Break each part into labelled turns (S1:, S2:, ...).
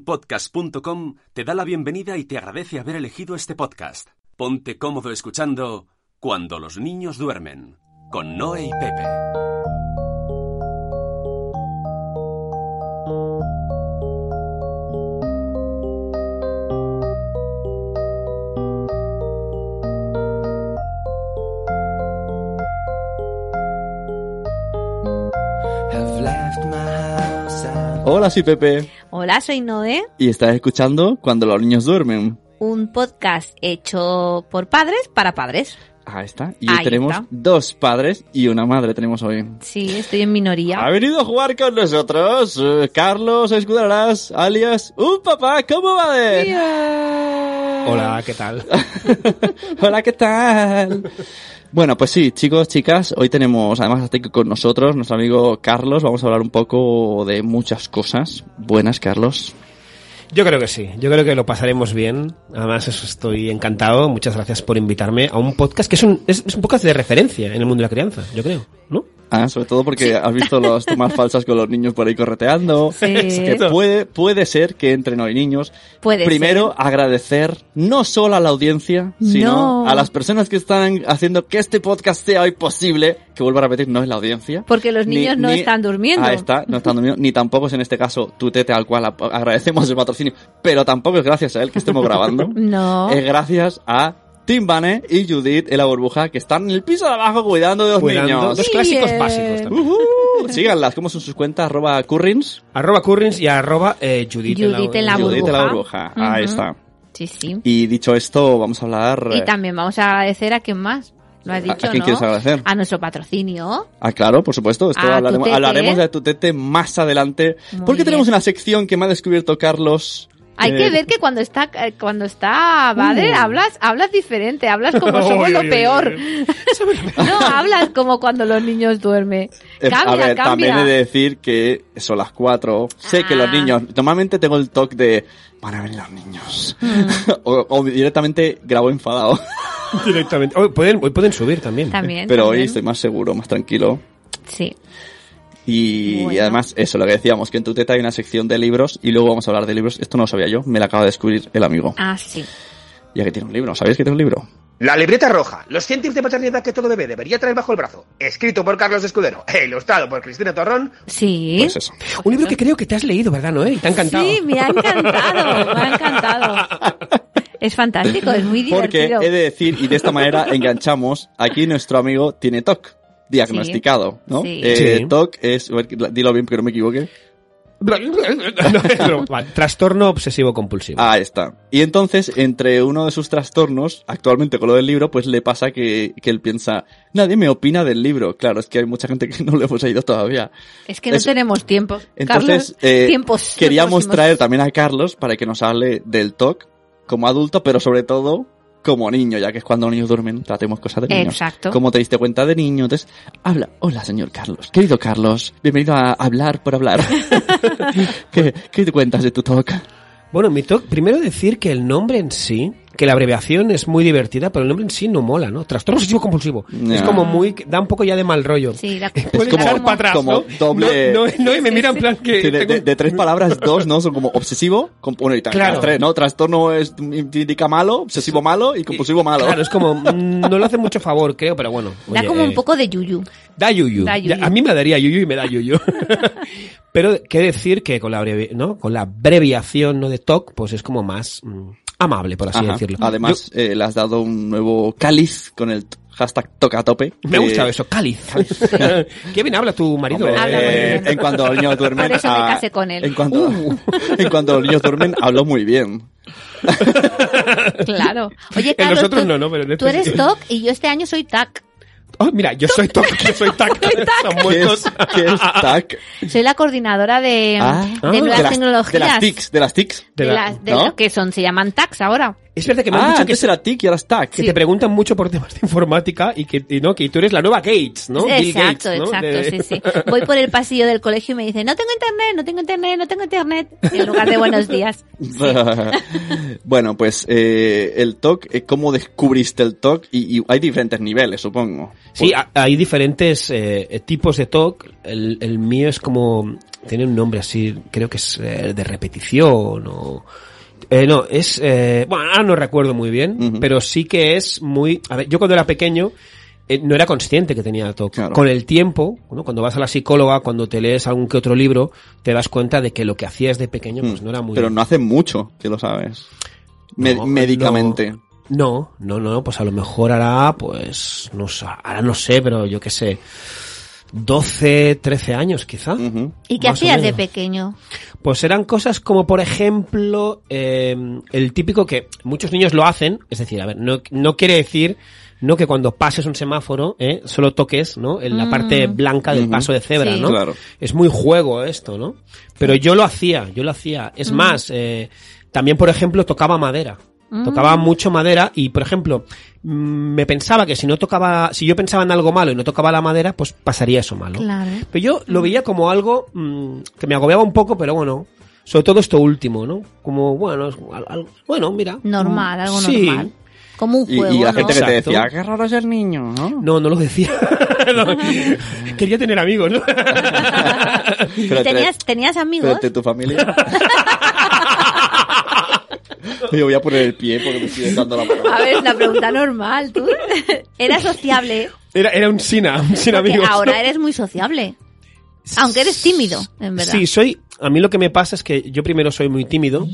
S1: Naciónpodcast.com te da la bienvenida y te agradece haber elegido este podcast. Ponte cómodo escuchando Cuando los niños duermen, con Noé y Pepe.
S2: Hola, soy Pepe
S3: Hola, soy Noé,
S2: y estás escuchando Cuando los niños duermen.
S3: un podcast hecho por padres para padres.
S2: Ahí está. Y hoy
S3: Ahí
S2: tenemos
S3: está.
S2: dos padres y una madre tenemos hoy.
S3: Sí, estoy en
S2: Ha
S3: minoría.
S2: venido a jugar con nosotros eh, Carlos Escudarás, alias Un Papá, ¿cómo va de?
S4: Hola, ¿qué tal?
S2: Hola, ¿qué tal? Bueno, pues sí, chicos, chicas, hoy tenemos además aquí con nosotros nuestro amigo Carlos. Vamos a hablar un poco de muchas cosas. Buenas, Carlos.
S4: Yo creo que sí, yo creo que lo pasaremos bien. Además, eso, estoy encantado. Muchas gracias por invitarme a un podcast que es un, es, es un podcast de referencia en el mundo de la crianza, yo creo, ¿no?
S2: Ah, sobre todo porque has visto las tomas falsas con los niños por ahí correteando.
S3: Sí.
S2: Es que puede, puede ser que entren hoy niños.
S3: Puede
S2: Primero, agradecer no solo a la audiencia, sino
S3: No.
S2: a las personas que están haciendo que este podcast sea hoy posible. Que vuelvo a repetir, no es la audiencia.
S3: Porque Pues los niños no están durmiendo.
S2: Ahí está, no están durmiendo. Ni tampoco es en este caso tu tete al cual ap- agradecemos el patrocinio. Pero tampoco es gracias a él que estemos grabando.
S3: No.
S2: Es gracias a Tim Bane y Judith en la burbuja que están en el piso de abajo cuidando de los
S4: Cuidando
S2: niños.
S4: los clásicos
S3: Bien.
S4: básicos también.
S2: Ujú. Síganlas, ¿cómo son sus cuentas? Arroba currins.
S4: Arroba Currins y arroba eh, Judith,
S3: Judith en la
S2: Judith en la
S3: burbuja.
S2: burbuja. Ahí
S3: Ujú.
S2: está.
S3: Sí, sí.
S2: Y dicho esto, vamos a hablar. eh,
S3: Y también vamos a agradecer a quien más. Lo has
S2: ¿A- a
S3: dicho,
S2: quién
S3: ¿no?
S2: quieres agradecer?
S3: A nuestro patrocinio.
S2: Ah, claro, por supuesto. Esto
S3: A
S2: hablaremos,
S3: Tutete.
S2: hablaremos de Tutete más adelante.
S3: Muy
S2: porque tenemos
S3: bien.
S2: una sección que me ha descubierto Carlos.
S3: Hay
S2: eh, Uh.
S3: que ver que cuando está eh, cuando está padre hablas hablas diferente, hablas como somos
S4: Uy,
S3: lo
S4: uy, uy,
S3: peor.
S4: uy.
S3: No hablas como cuando los niños duermen.
S2: eh,
S3: Cambia,
S2: a ver,
S3: cambia.
S2: también he de decir que son las cuatro. Sé que
S3: Ah.
S2: los niños. Normalmente tengo el toque de. Van a venir los niños.
S3: Mm.
S2: o, o directamente grabo enfadado.
S4: Directamente. Hoy pueden, hoy pueden subir también.
S3: También.
S2: Pero hoy
S3: también.
S2: estoy más seguro, más tranquilo.
S3: Sí.
S2: Y
S3: Bueno.
S2: además, eso, lo que decíamos, que en tu teta hay una sección de libros y luego vamos a hablar de libros. Esto no lo sabía yo, me lo acaba de descubrir el amigo.
S3: Ah, sí.
S2: Ya que tiene un libro, ¿sabéis que tiene un libro?
S5: La libreta roja, los 100 tips de paternidad que todo bebé debería traer bajo el brazo. Escrito por Carlos Escudero e ilustrado por Cristina Torrón.
S3: Sí.
S2: Pues eso.
S4: Un libro que creo que te has leído, ¿verdad, Noé? Y te ha encantado.
S3: Sí, me ha encantado, me ha encantado. Es fantástico, es muy
S2: Porque
S3: divertido.
S2: he de decir, y de esta manera enganchamos, aquí nuestro amigo tiene TOC, diagnosticado, ¿no?
S3: Sí.
S2: Eh,
S4: Sí.
S2: TOC es, a ver, dilo bien que no me equivoque.
S4: No, es broma. Vale, Trastorno obsesivo compulsivo.
S2: Ah, está. Y entonces, entre uno de sus trastornos, actualmente con lo del libro, pues le pasa que, que él piensa, nadie me opina del libro. Claro, es que hay mucha gente que no lo hemos oído todavía.
S3: es que no
S2: es-
S3: tenemos tiempo.
S2: Entonces,
S3: Carlos,
S2: eh,
S3: tiempos.
S2: queríamos
S3: Tiempos.
S2: traer también a Carlos para que nos hable del TOC como adulto, pero sobre todo como niño, ya que es cuando los niños duermen, tratemos cosas de niños.
S3: Exacto.
S2: ¿Cómo te diste cuenta de niño? Entonces, habla. Hola, señor Carlos. Querido Carlos, bienvenido a Hablar por Hablar. ¿Qué, ¿Qué te cuentas de tu TOC?
S4: Bueno, mi toc, primero decir que el nombre en sí, que la abreviación es muy divertida, pero el nombre en sí no mola, ¿no? Trastorno obsesivo compulsivo.
S2: Ya.
S4: Es como muy, da un poco ya de mal rollo.
S3: Sí, la-
S4: Puede
S2: como-
S4: echar para atrás,
S2: como
S4: ¿no?
S2: doble-
S4: No, no, no, y me mira en plan que...
S2: Sí, de,
S4: tengo-
S2: de- de tres palabras, dos, ¿no? Son como obsesivo, comp- bueno, y tal,
S4: Claro.
S2: las tres, ¿no? Trastorno es, indica malo, obsesivo malo y compulsivo malo.
S4: Claro, es como, mm, no le hace mucho favor, creo, pero bueno.
S3: Da
S4: oye,
S3: como un
S4: eh,
S3: poco de yuyu.
S4: Da yuyu.
S3: Da yuyu.
S4: Ya, A mí me daría yuyu y me da yuyu. Pero qué decir que con la, abrevi- ¿no? con la abreviación ¿no? de TOC, pues es como más mm, amable, por así
S2: Ajá.
S4: decirlo.
S2: Además, eh, le has dado un nuevo cáliz con el t- hashtag tocatope.
S4: Yo- me
S2: Eh,
S4: gusta eso, cáliz. Kevin, habla tu marido.
S2: hombre,
S3: Habla,
S2: eh,
S3: marido.
S2: en cuanto los niños duermen.
S3: Por eso me
S2: ah,
S3: casé con él. Uh.
S2: En cuanto, en cuanto los niños duermen, hablo muy bien.
S3: Claro. Oye,
S4: En
S3: Carlos,
S4: nosotros
S3: tú,
S4: no, ¿no? Pero en
S3: tú
S4: este
S3: eres
S4: sí.
S3: TOC y yo este año soy TAC.
S4: Oh, mira, yo soy TOC, yo soy TAC. Son
S2: ¿Qué
S4: muertos.
S2: es, qué es TAC?
S3: Soy la coordinadora de,
S2: Ah.
S3: de
S4: Ah.
S3: nuevas
S2: de las,
S3: tecnologías.
S2: De las TICs, de las TICs.
S3: De
S4: la-
S3: las- de
S2: ¿no?
S3: las que son, se llaman TACs ahora.
S4: Es verdad que me han
S2: Ah,
S4: dicho que
S2: antes era TIC y ahora es TAC.
S4: que te preguntan mucho por temas de informática y que y no que tú eres la nueva Gates, ¿no? Bill
S3: Exacto,
S4: Gates, ¿no?
S3: exacto,
S4: De-
S3: sí, sí. Voy por el pasillo del colegio y me dicen, no tengo internet, no tengo internet, no tengo internet, en lugar de buenos días.
S2: bueno, pues eh, el TOC, eh, ¿cómo descubriste el TOC? Y, y hay diferentes niveles, supongo.
S4: Sí, ha- hay diferentes eh, tipos de TOC. El, el mío es como Tiene un nombre así, creo que es eh, de repetición o... Eh, no, es... eh, bueno, ahora no recuerdo muy bien,
S2: Ujú.
S4: pero sí que es muy... A ver, yo cuando era pequeño eh, no era consciente que tenía TOC.
S2: Claro.
S4: Con el tiempo, ¿no? cuando vas a la psicóloga, cuando te lees algún que otro libro, te das cuenta de que lo que hacías de pequeño pues no era muy...
S2: Mm. Pero no hace mucho que lo sabes. Me-
S4: No,
S2: médicamente.
S4: No, no, no, pues a lo mejor hará, pues, no sé, ahora no sé, pero yo qué sé, 12, 13 años quizá.
S2: Ujú.
S3: ¿Y qué
S4: Más o
S3: hacías de
S4: menos.
S3: pequeño?
S4: Pues eran cosas como, por ejemplo, eh, el típico que muchos niños lo hacen, es decir, a ver, no, no quiere decir, no que cuando pases un semáforo, eh, solo toques, ¿no? En la
S3: Mm.
S4: parte blanca del
S2: Ujú.
S4: paso de cebra,
S3: Sí.
S4: ¿no?
S2: Claro.
S4: Es muy juego esto, ¿no? Pero yo lo hacía, yo lo hacía. Es más, eh, también, por ejemplo, tocaba madera.
S3: Mm.
S4: Tocaba mucho madera y, por ejemplo, mm, me pensaba que si no tocaba, si yo pensaba en algo malo y no tocaba la madera, pues pasaría eso malo.
S3: Claro.
S4: Pero yo lo veía como algo mm, que me agobiaba un poco, pero bueno, sobre todo esto último, ¿no? Como, bueno, es al- al- bueno, mira.
S3: Normal,
S4: Mm,
S3: algo
S4: sí.
S3: normal. Como un
S2: Y,
S3: juego,
S2: y la
S3: ¿no?
S2: gente que te
S4: Exacto.
S2: decía, "Ah, qué raro es el niño, ¿no?
S4: No, no lo decía. No. Quería tener amigos, ¿no?
S2: Pero te-
S3: ¿Tenías, ¿Tenías amigos?
S2: Pero de tu familia. Yo voy a poner el pie porque me estoy dando la mano.
S3: A ver, es la pregunta normal, tú. Eras sociable.
S4: Era, era un Sina, un Sina
S3: porque
S4: amigos.
S3: ahora eres muy sociable. Aunque eres tímido, en verdad.
S4: Sí, soy. A mí lo que me pasa es que yo primero soy muy tímido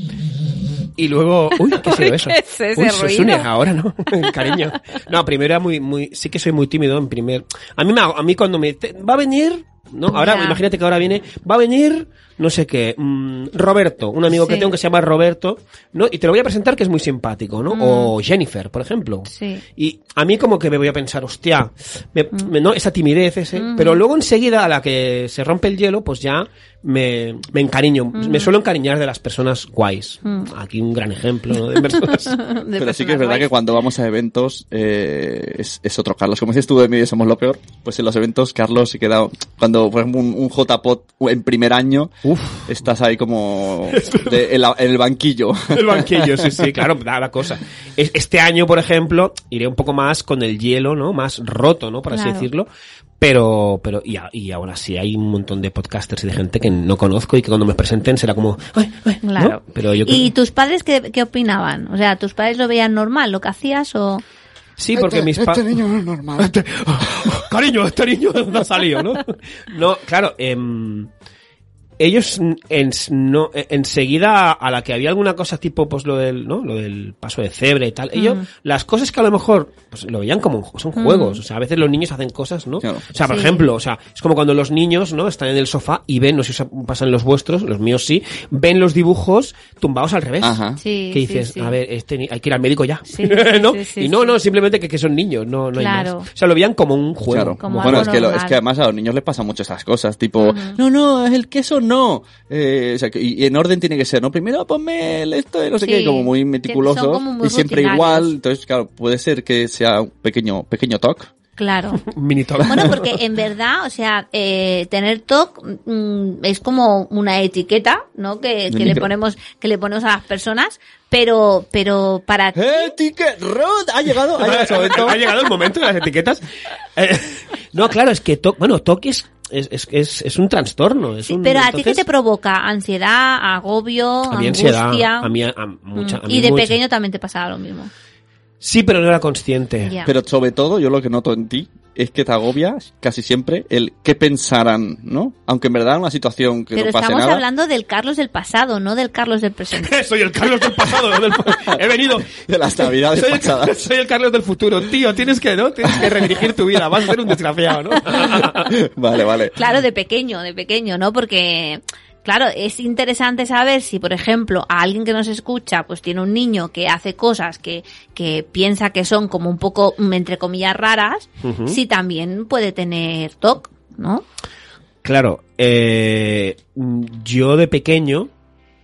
S4: y luego. Uy, ¿qué ha sido eso?
S3: ¿Qué es ese
S4: Uy, se-
S3: ruido?
S4: Sune, ahora no, cariño. No, primero era muy, muy. Sí que soy muy tímido en primer. A mí, me, hago- a mí cuando me. te- va a venir. No, ahora
S3: Ya.
S4: imagínate que ahora viene, va a venir, no sé qué, mm, Roberto, un amigo que
S3: Sí.
S4: tengo que se llama Roberto, ¿no? Y te lo voy a presentar que es muy simpático, ¿no? O Jennifer, por ejemplo.
S3: Sí.
S4: Y a mí como que me voy a pensar, hostia, me- me- ¿no? esa timidez, ese.
S3: Ujú.
S4: Pero luego enseguida a la que se rompe el hielo, pues ya me, me encariño. Me suelo encariñar de las personas guays. Aquí un gran ejemplo ¿no? de personas.
S3: De
S2: Pero sí que
S3: personas
S2: es verdad que
S3: guays.
S2: cuando vamos a eventos eh, es, es otro Carlos. Como dices tú de mí, somos lo peor. Pues en los eventos Carlos se queda... Cuando, por ejemplo, un, un JPOT en primer año,
S4: Uf.
S2: estás ahí como de- en, la- en el banquillo.
S4: El banquillo, sí, sí, claro, da la cosa. Es- Este año, por ejemplo, iré un poco más con el hielo, ¿no? Más roto, ¿no? Por así
S3: Claro.
S4: decirlo. Pero, pero, y, a- y aún así hay un montón de podcasters y de gente que no conozco y que cuando me presenten será como, ay, ay, ¿no?
S3: Claro.
S4: Pero yo creo-
S3: ¿Y tus padres qué, qué opinaban? O sea, ¿tus padres lo veían normal lo que hacías o...?
S4: Sí, porque mis padres. Este niño no es normal. cariño, este niño no ha salido, ¿no? No, claro, em, ellos en- en- no, eh, enseguida a la que había alguna cosa tipo, pues lo del, ¿no? Lo del paso de cebra y tal, ellos, las cosas que a lo mejor, pues lo veían como un ju- son juegos, o sea, a veces los niños hacen cosas, ¿no?
S2: Claro.
S4: O sea, por
S3: Sí.
S4: ejemplo, o sea, es como cuando los niños, ¿no? Están en el sofá y ven, no sé si os pasan los vuestros, los míos sí, ven los dibujos tumbados al revés.
S2: Ajá.
S3: Sí,
S4: que
S3: sí,
S4: dices,
S3: sí.
S4: a ver, este, ni- hay que ir al médico ya.
S3: Sí, sí,
S4: ¿no?
S3: sí, sí,
S4: y no,
S3: sí.
S4: no, simplemente que, que son niños, no, no hay
S3: Claro.
S4: más. O sea, lo veían como un juego.
S2: Claro.
S3: Como
S2: bueno,
S3: algo
S2: es que, lo- es
S3: normal.
S2: que además a los niños les pasa mucho esas cosas, tipo, no, no, es el queso no. Eh, o sea, que- y, y en orden tiene que ser, ¿no? Primero ponme el esto y no sé
S3: Sí,
S2: qué, como muy
S3: que son
S2: meticuloso
S3: como muy
S2: y siempre
S3: rutinarios.
S2: igual. Entonces, claro, puede ser que sea un pequeño, pequeño toc.
S3: Claro.
S4: Mini toc.
S3: Bueno, porque en verdad, o sea, eh, tener TOC mm, es como una etiqueta, ¿no? Que, que le
S2: micro.
S3: ponemos, que le ponemos a las personas, pero, pero para ti,
S2: ¡Eh, ticket! ¡Rod! ¡Ha llegado! ¡Ha llegado su momento!
S4: ha llegado el momento de las etiquetas. Eh, no, claro, es que toc, bueno, toc es, es, es- es, es un trastorno. Es
S3: sí,
S4: un-
S3: pero a ti qué
S4: entonces,
S3: te provoca ansiedad, agobio,
S4: A mí
S3: angustia.
S4: ansiedad, a mí, a- a mucha,
S3: Mm,
S4: a mí
S3: y de
S4: mucha.
S3: pequeño también te pasaba lo mismo.
S4: Sí, pero no era consciente.
S3: Ya.
S2: Pero sobre todo, yo lo que noto en ti es que te agobias casi siempre el qué pensarán, ¿no? Aunque en verdad en una situación que
S3: Pero
S2: no pase
S3: estamos
S2: nada.
S3: hablando del Carlos del pasado, no del Carlos del presente.
S4: Soy el Carlos del pasado. del- he venido.
S2: De las navidades
S4: Soy el,
S2: pasadas.
S4: soy el Carlos del futuro. Tío, tienes que, ¿no? Tienes que redirigir tu vida. Vas a ser un desgraciado, ¿no?
S2: Vale, vale.
S3: Claro, de pequeño, de pequeño, ¿no? Porque, claro, es interesante saber si, por ejemplo, a alguien que nos escucha, pues tiene un niño que hace cosas que, que piensa que son como un poco, mm, entre comillas, raras,
S4: Ujú.
S3: si también puede tener TOC, ¿no?
S4: Claro, eh, mm, yo de pequeño,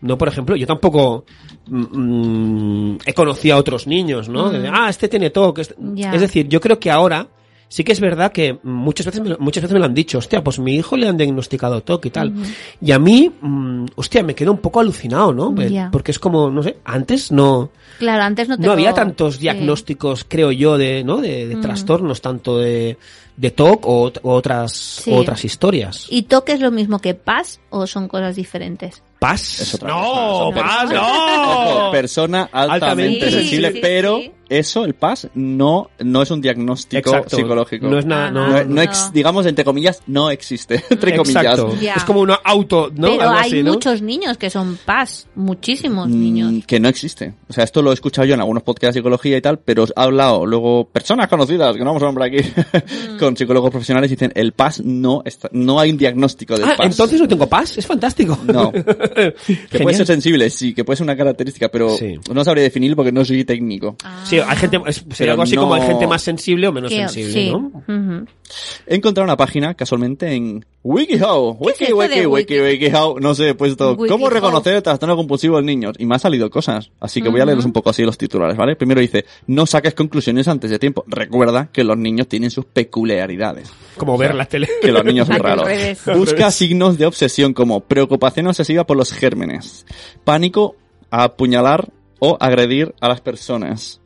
S4: no por ejemplo, yo tampoco mm, mm, he conocido a otros niños, ¿no?
S3: Mm.
S4: De, ah, este tiene TOC. este-".
S3: Ya.
S4: Es decir, yo creo que ahora sí que es verdad que muchas veces, me, lo- muchas veces me lo han dicho, hostia, pues mi hijo le han diagnosticado TOC y tal. Y a mí, mm, hostia, me quedo un poco alucinado, ¿no? Pues,
S3: Ya.
S4: Porque es como, no sé, antes no,
S3: Claro, antes no te
S4: no
S3: lo-
S4: había tantos
S3: sí.
S4: diagnósticos, creo yo, de, ¿no? de, de
S3: Mm.
S4: trastornos, tanto de, de TOC o, ot- o otras, o otras historias.
S3: ¿Y TOC es lo mismo que PAS o son cosas diferentes?
S4: Paz.
S2: Es otra
S4: no,
S2: cosa,
S4: paz,
S3: pero-
S4: no.
S2: Ojo, persona altamente
S4: Altamente
S2: sensible,
S3: sensible,
S2: pero
S3: sí.
S2: eso, el PAS, no, no es un diagnóstico
S4: Exacto.
S2: psicológico.
S4: No es nada,
S3: Ah,
S4: no.
S2: No-
S3: no.
S2: no ex- digamos, entre comillas, no existe. entre comillas.
S4: Exacto.
S3: Ya.
S4: Es como una auto, ¿no?
S3: Pero
S4: Algo
S3: hay
S4: así, ¿no?
S3: muchos niños que son PAS, muchísimos
S2: Mm,
S3: niños.
S2: Que no existe. O sea, esto lo he escuchado yo en algunos podcasts de psicología y tal, pero ha hablado luego personas conocidas, que no vamos a nombrar aquí, con psicólogos profesionales y dicen, el PAS no está, no hay un diagnóstico del
S4: Ah,
S2: PAS.
S4: entonces no tengo paz, es fantástico.
S2: No. Que puede ser
S4: Genial.
S2: sensible, sí, que puede ser una característica, pero
S4: Sí.
S2: no sabría definirlo porque no soy técnico.
S3: Ah.
S4: Sí, hay gente, es-
S2: Pero
S4: sería algo así como hay
S2: no-
S4: gente más sensible o menos
S3: Que-
S4: sensible,
S3: sí.
S4: ¿no?
S3: Ujú.
S2: He encontrado una página casualmente en WikiHow.
S3: ¿Qué es
S2: Wiki,
S3: esto de
S2: wiki, wiki,
S3: Wiki?
S2: WikiHow. No sé, he puesto cómo
S3: WikiHow.
S2: reconocer el trastorno compulsivo en niños. Y me han salido cosas. Así que voy a leerles un poco así los titulares, ¿vale? Primero dice, no saques conclusiones antes de tiempo. Recuerda que los niños tienen sus peculiaridades.
S4: Como ver la tele.
S2: Que los niños son
S3: Al
S2: raros.
S3: revés.
S2: Busca signos de obsesión como preocupación obsesiva por los gérmenes, pánico a apuñalar o agredir a las personas,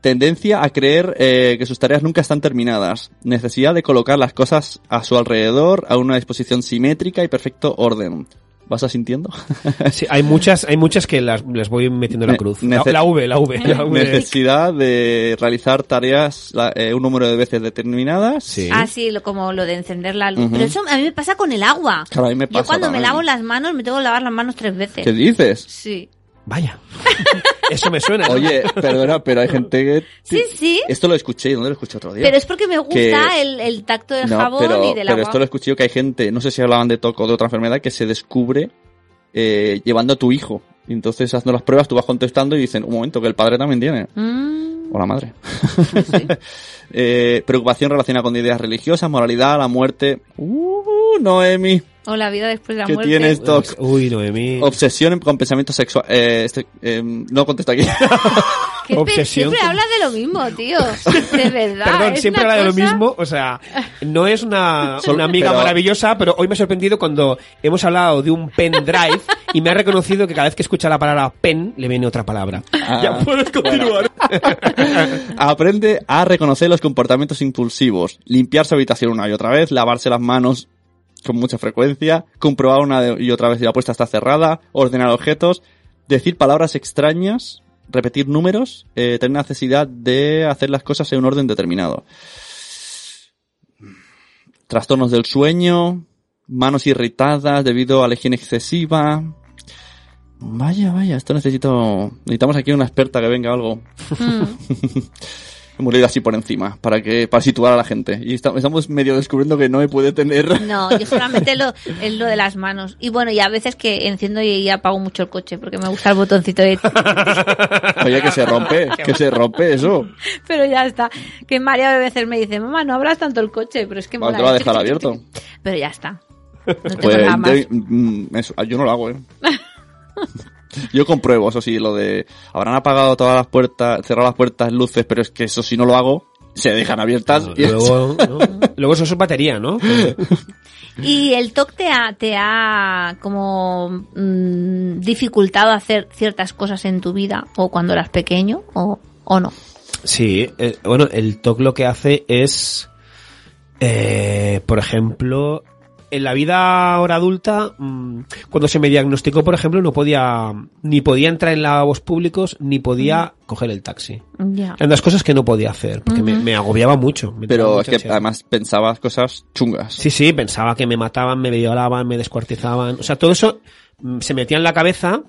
S2: tendencia a creer eh, que sus tareas nunca están terminadas, necesidad de colocar las cosas a su alrededor a una disposición simétrica y perfecto orden. ¿Vas asintiendo?
S4: Sí, hay muchas, hay muchas que las, les voy metiendo la
S2: Ne-
S4: cruz. La,
S2: nece-
S4: la V, la V, la V.
S2: Necesidad de realizar tareas la- eh, un número de veces determinadas.
S4: Sí.
S3: Ah, sí, lo- como lo de encender la luz.
S2: Ujú.
S3: Pero eso a mí me pasa con el agua.
S2: Claro, a mí me pasa
S3: Yo cuando me
S2: también.
S3: lavo las manos me tengo que lavar las manos tres veces.
S2: ¿Qué dices?
S3: Sí.
S4: Vaya. Eso me suena. ¿no?
S2: Oye, perdona, pero hay gente que...
S3: Sí, sí.
S2: Esto lo escuché, ¿dónde lo escuché otro día?
S3: Pero es porque me gusta
S2: Que-
S3: el, el tacto del
S2: No,
S3: jabón
S2: pero,
S3: y del
S2: pero
S3: agua.
S2: esto lo he escuchado que hay gente, no sé si hablaban de toco o de otra enfermedad, que se descubre eh, llevando a tu hijo. Y entonces haciendo las pruebas, tú vas contestando y dicen, un momento, que el padre también tiene.
S3: Mm,
S2: O la madre. Eh, preocupación relacionada con ideas religiosas, moralidad, la muerte. Uh, Noemi,
S3: o la vida después de la
S2: ¿qué
S3: muerte.
S2: tienes, Toc?
S4: Uy, Noemí.
S2: Obsesión con pensamiento sexual. Eh, este, eh, no contesta aquí.
S3: Qué pe-
S4: Obsesión
S3: Siempre
S4: con-
S3: hablas de lo mismo, tío. De verdad.
S4: Perdón,
S3: es
S4: siempre
S3: una
S4: habla de lo
S3: cosa-
S4: mismo. O sea, no es una,
S2: Solo-
S4: una amiga
S2: pero-
S4: maravillosa, pero hoy me ha sorprendido cuando hemos hablado de un pendrive y me ha reconocido que cada vez que escucha la palabra pen le viene otra palabra.
S2: Ah,
S4: ya puedes continuar.
S2: Aprende a reconocer los comportamientos impulsivos, limpiar su habitación una y otra vez, lavarse las manos con mucha frecuencia, comprobar una y otra vez si la puesta está cerrada, ordenar objetos, decir palabras extrañas, repetir números, eh, tener necesidad de hacer las cosas en un orden determinado. Trastornos del sueño, manos irritadas debido a la higiene excesiva. Vaya, vaya, esto necesito... Necesitamos aquí una experta que venga o algo.
S3: Mm.
S2: Hemos leído así por encima, para que para situar a la gente. Y esta- estamos medio descubriendo que no me puede tener...
S3: No, yo solamente lo, es lo de las manos. Y bueno, y a veces que enciendo y, y apago mucho el coche porque me gusta el botoncito de...
S2: Oye, que se rompe, que se rompe eso.
S3: Pero ya está. Que María a veces me dice, mamá, no abras tanto el coche, pero es que...
S2: Va,
S3: mola". ¿eh?
S2: te va a dejar abierto.
S3: Pero ya está. No tengo
S2: Pues
S3: nada más.
S2: de- mm, eso, yo no lo hago, ¿eh? Yo compruebo, eso sí, lo de... Habrán apagado todas las puertas, cerrado las puertas, luces, pero es que eso si no lo hago, se dejan abiertas. y es-
S4: Luego, ¿no? Luego eso es batería, ¿no?
S3: Y el TOC te ha, te ha como mm, dificultado hacer ciertas cosas en tu vida o cuando eras pequeño o, o no.
S4: Sí, eh, bueno, el TOC lo que hace es, eh, por ejemplo, en la vida ahora adulta, mm, cuando se me diagnosticó, por ejemplo, no podía, ni podía entrar en lavabos públicos, ni podía coger el taxi.
S3: Ya.
S4: Eran las cosas que no podía hacer, porque me,
S3: Ujú.
S4: me agobiaba mucho. me daba
S2: Pero es
S4: mucha
S2: que
S4: ansiedad.
S2: además pensabas cosas chungas.
S4: Sí, sí, pensaba que me mataban, me violaban, me descuartizaban. O sea, todo eso mm, se metía en la cabeza.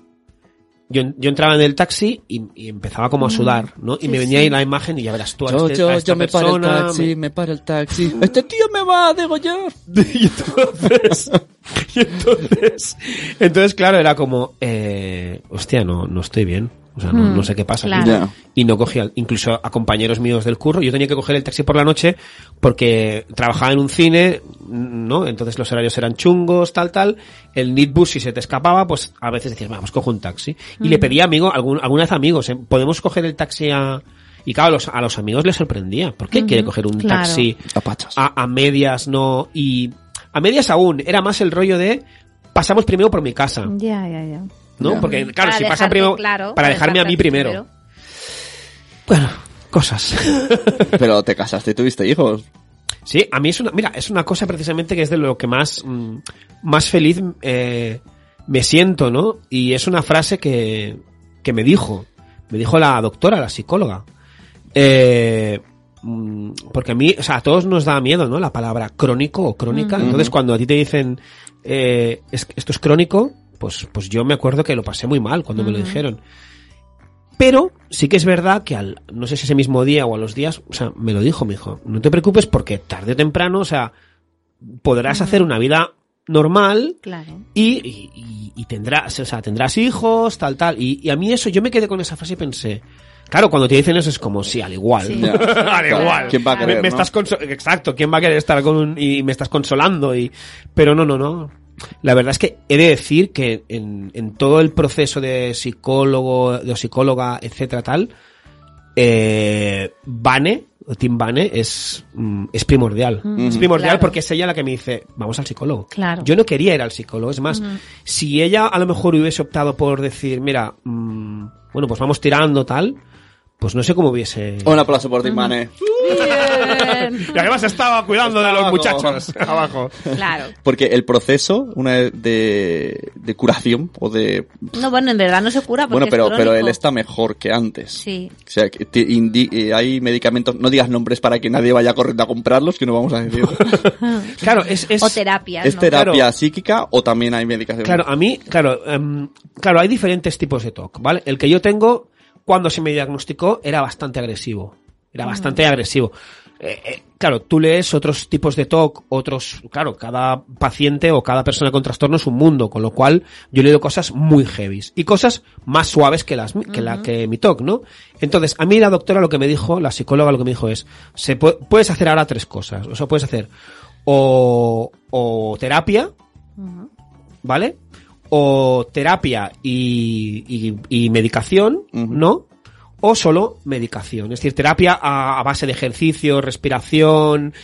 S4: Yo, yo entraba en el taxi y, y empezaba como a sudar, ¿no? Y
S3: Mm. Sí,
S4: me venía
S3: sí.
S4: ahí la imagen y ya verás tú a, este- a esta persona. me-
S2: me para el taxi. Este tío me va a degollar.
S4: y entonces, y entonces, entonces, claro, era como, eh, hostia, no, no estoy bien. O sea, no,
S3: Mm,
S4: no sé qué pasa. aquí.
S3: claro.
S2: Ya.
S4: Y no cogía, incluso a compañeros míos del curro, yo tenía que coger el taxi por la noche porque trabajaba en un cine, ¿no? Entonces los horarios eran chungos, tal, tal. El Nitbus, si se te escapaba, pues a veces decías, vamos, cojo un taxi. Y le pedía a amigo, algún, alguna vez a amigos, ¿eh? ¿podemos coger el taxi a...? Y claro, a los, a los amigos les sorprendía. ¿Por qué
S3: Ujú,
S4: quiere coger un
S3: claro.
S4: taxi
S2: Apachas.
S4: a, a medias no? Y a medias aún, era más el rollo de pasamos primero por mi casa,
S3: Ya, ya, ya.
S4: ¿no?
S2: Ya.
S4: Porque claro,
S3: Mm. Para
S4: si
S3: dejarte,
S4: pasan primero
S3: claro,
S4: para dejarme a
S3: dejarte
S4: mí primero. Bueno, cosas.
S2: Pero te casaste y tuviste hijos.
S4: Sí, a mí es una, mira, es una cosa precisamente que es de lo que más, mm, más feliz eh, me siento, ¿no? Y es una frase que, que me dijo, me dijo la doctora, la psicóloga. Eh, mm, porque a mí, o sea, a todos nos da miedo, ¿no? La palabra crónico o crónica.
S2: Ujú.
S4: Entonces, cuando a ti te dicen, eh, es- esto es crónico, pues, pues yo me acuerdo que lo pasé muy mal cuando me lo
S3: Ujú.
S4: dijeron. Pero sí que es verdad que al, no sé si ese mismo día o a los días, o sea, me lo dijo, me dijo, no te preocupes porque tarde o temprano, o sea, podrás
S3: Ujú.
S4: hacer una vida normal
S3: Claro.
S4: y, y- y- y tendrás, o sea, tendrás hijos, tal, tal. Y, y a mí eso, yo me quedé con esa frase y pensé, claro, cuando te dicen eso es como, sí, al igual.
S3: Sí.
S2: Ya.
S4: al
S3: Claro.
S4: igual.
S2: ¿Quién va a
S4: Me-
S2: querer,
S4: me,
S2: no?
S4: estás conso- Exacto, ¿quién va a querer estar con un- y me estás consolando? y Pero no, no, no. La verdad es que he de decir que en, en todo el proceso de psicólogo, de psicóloga, etcétera, tal, eh, Vane, o Tim Vane, es, mm, es primordial.
S3: Mm,
S4: Es primordial
S3: claro.
S4: porque es ella la que me dice, vamos al psicólogo.
S3: Claro. Mm.
S4: Yo no quería ir al psicólogo, es más,
S3: Ujú.
S4: si ella a lo mejor hubiese optado por decir, mira, mm, bueno, pues vamos tirando tal, pues no sé cómo hubiese...
S2: Un aplauso por ti, Mane.
S3: Bien.
S4: Y además estaba cuidando de los
S2: Estaba como-
S4: muchachos abajo.
S3: Claro.
S2: Porque el proceso una de, de, de curación o de...
S3: No, bueno, en verdad no se cura Ah, porque
S2: Bueno, pero,
S3: es
S2: pero
S3: crónico.
S2: él está mejor que antes.
S3: Sí.
S2: O sea, que te indi- eh, hay medicamentos, no digas nombres para que nadie vaya corriendo a comprarlos, que no vamos a decir.
S4: Claro, es... es-
S3: O terapias,
S2: es
S3: ¿no?
S2: terapia
S4: Claro.
S2: psíquica o también hay medicación.
S4: Claro, a mí, claro, em, claro, hay diferentes tipos de TOC, ¿vale? El que yo tengo, cuando se me diagnosticó, era bastante agresivo. Era bastante agresivo. Eh, eh, claro, tú lees otros tipos de TOC, otros, claro, cada paciente o cada persona con trastorno es un mundo, con lo cual yo he leído cosas muy heavies y cosas más suaves que las mi- que la que mi TOC, ¿no? Entonces, a mí la doctora lo que me dijo, la psicóloga lo que me dijo es, se pu- puedes hacer ahora tres cosas, o sea, puedes hacer o, o terapia,
S3: Ujú.
S4: ¿vale? O terapia y, y- y medicación,
S2: Ujú.
S4: ¿no? O solo medicación. Es decir, terapia a, a base de ejercicio, respiración,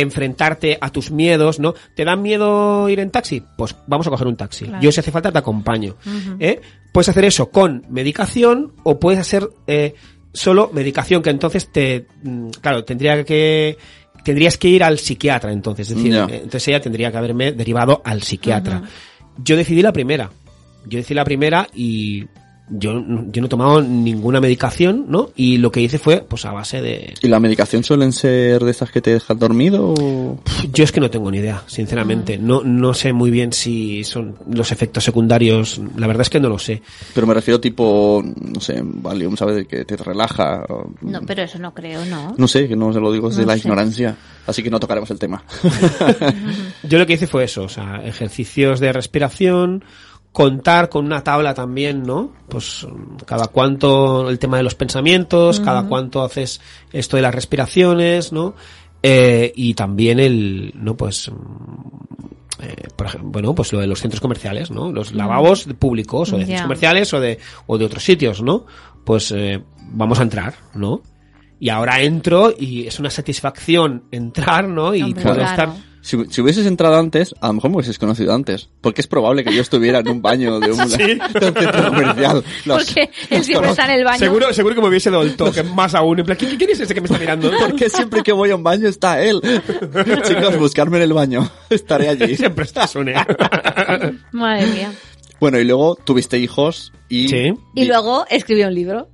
S4: enfrentarte a tus miedos, ¿no? ¿Te da miedo ir en taxi? Pues vamos a coger un taxi.
S3: Claro.
S4: Yo si hace falta te acompaño.
S3: Ujú.
S4: ¿eh? Puedes hacer eso con medicación o puedes hacer eh, solo medicación, que entonces te, mm, claro, tendría que, tendrías que ir al psiquiatra entonces. Es decir,
S2: Ya.
S4: eh, entonces ella tendría que haberme derivado al psiquiatra. Yo decidí la primera. Yo decidí la primera y yo, no- yo no he tomado ninguna medicación, ¿no? Y lo que hice fue, pues a base de...
S2: ¿Y la medicación suelen ser de esas que te dejan dormido? o-
S4: Yo es que no tengo ni idea, sinceramente. No, no sé muy bien si son los efectos secundarios. La verdad es que no lo sé.
S2: Pero me refiero tipo, no sé, Valium, ¿sabes? De que te relaja. o-
S3: No, pero eso no creo, ¿no?
S2: No sé, que no se lo digo desde
S3: No
S2: la
S3: sé.
S2: ignorancia. Así que no tocaremos el tema.
S4: Yo lo que hice fue eso, o sea, ejercicios de respiración, contar con una tabla también, ¿no? Pues mm, cada cuánto el tema de los pensamientos, cada cuánto haces esto de las respiraciones, ¿no? Eh, y también el, no, pues, mm, eh, por ejemplo, bueno, pues lo de los centros comerciales, ¿no? Los lavabos de públicos o de centros
S3: Ya.
S4: comerciales o de, o de otros sitios, ¿no? Pues eh, vamos a entrar, ¿no? Y ahora entro y es una satisfacción entrar, ¿no? Y
S3: Hombre,
S4: puedo
S3: claro.
S4: estar
S2: Si, si hubieses entrado antes, a lo mejor me hubieses conocido antes. Porque es probable que yo estuviera en un baño de un de un centro comercial. Los-
S3: Porque él siempre está en el baño.
S4: Seguro, seguro que me hubiese dado el toque más aún. En plan, ¿quién, quién es ese que me está mirando?
S2: Porque siempre que voy a un baño está él. Chicos, buscarme en el baño. Estaré allí.
S4: Siempre estás un
S3: Madre mía.
S2: Bueno, y luego tuviste hijos y...
S4: Sí.
S3: Y luego escribió un libro.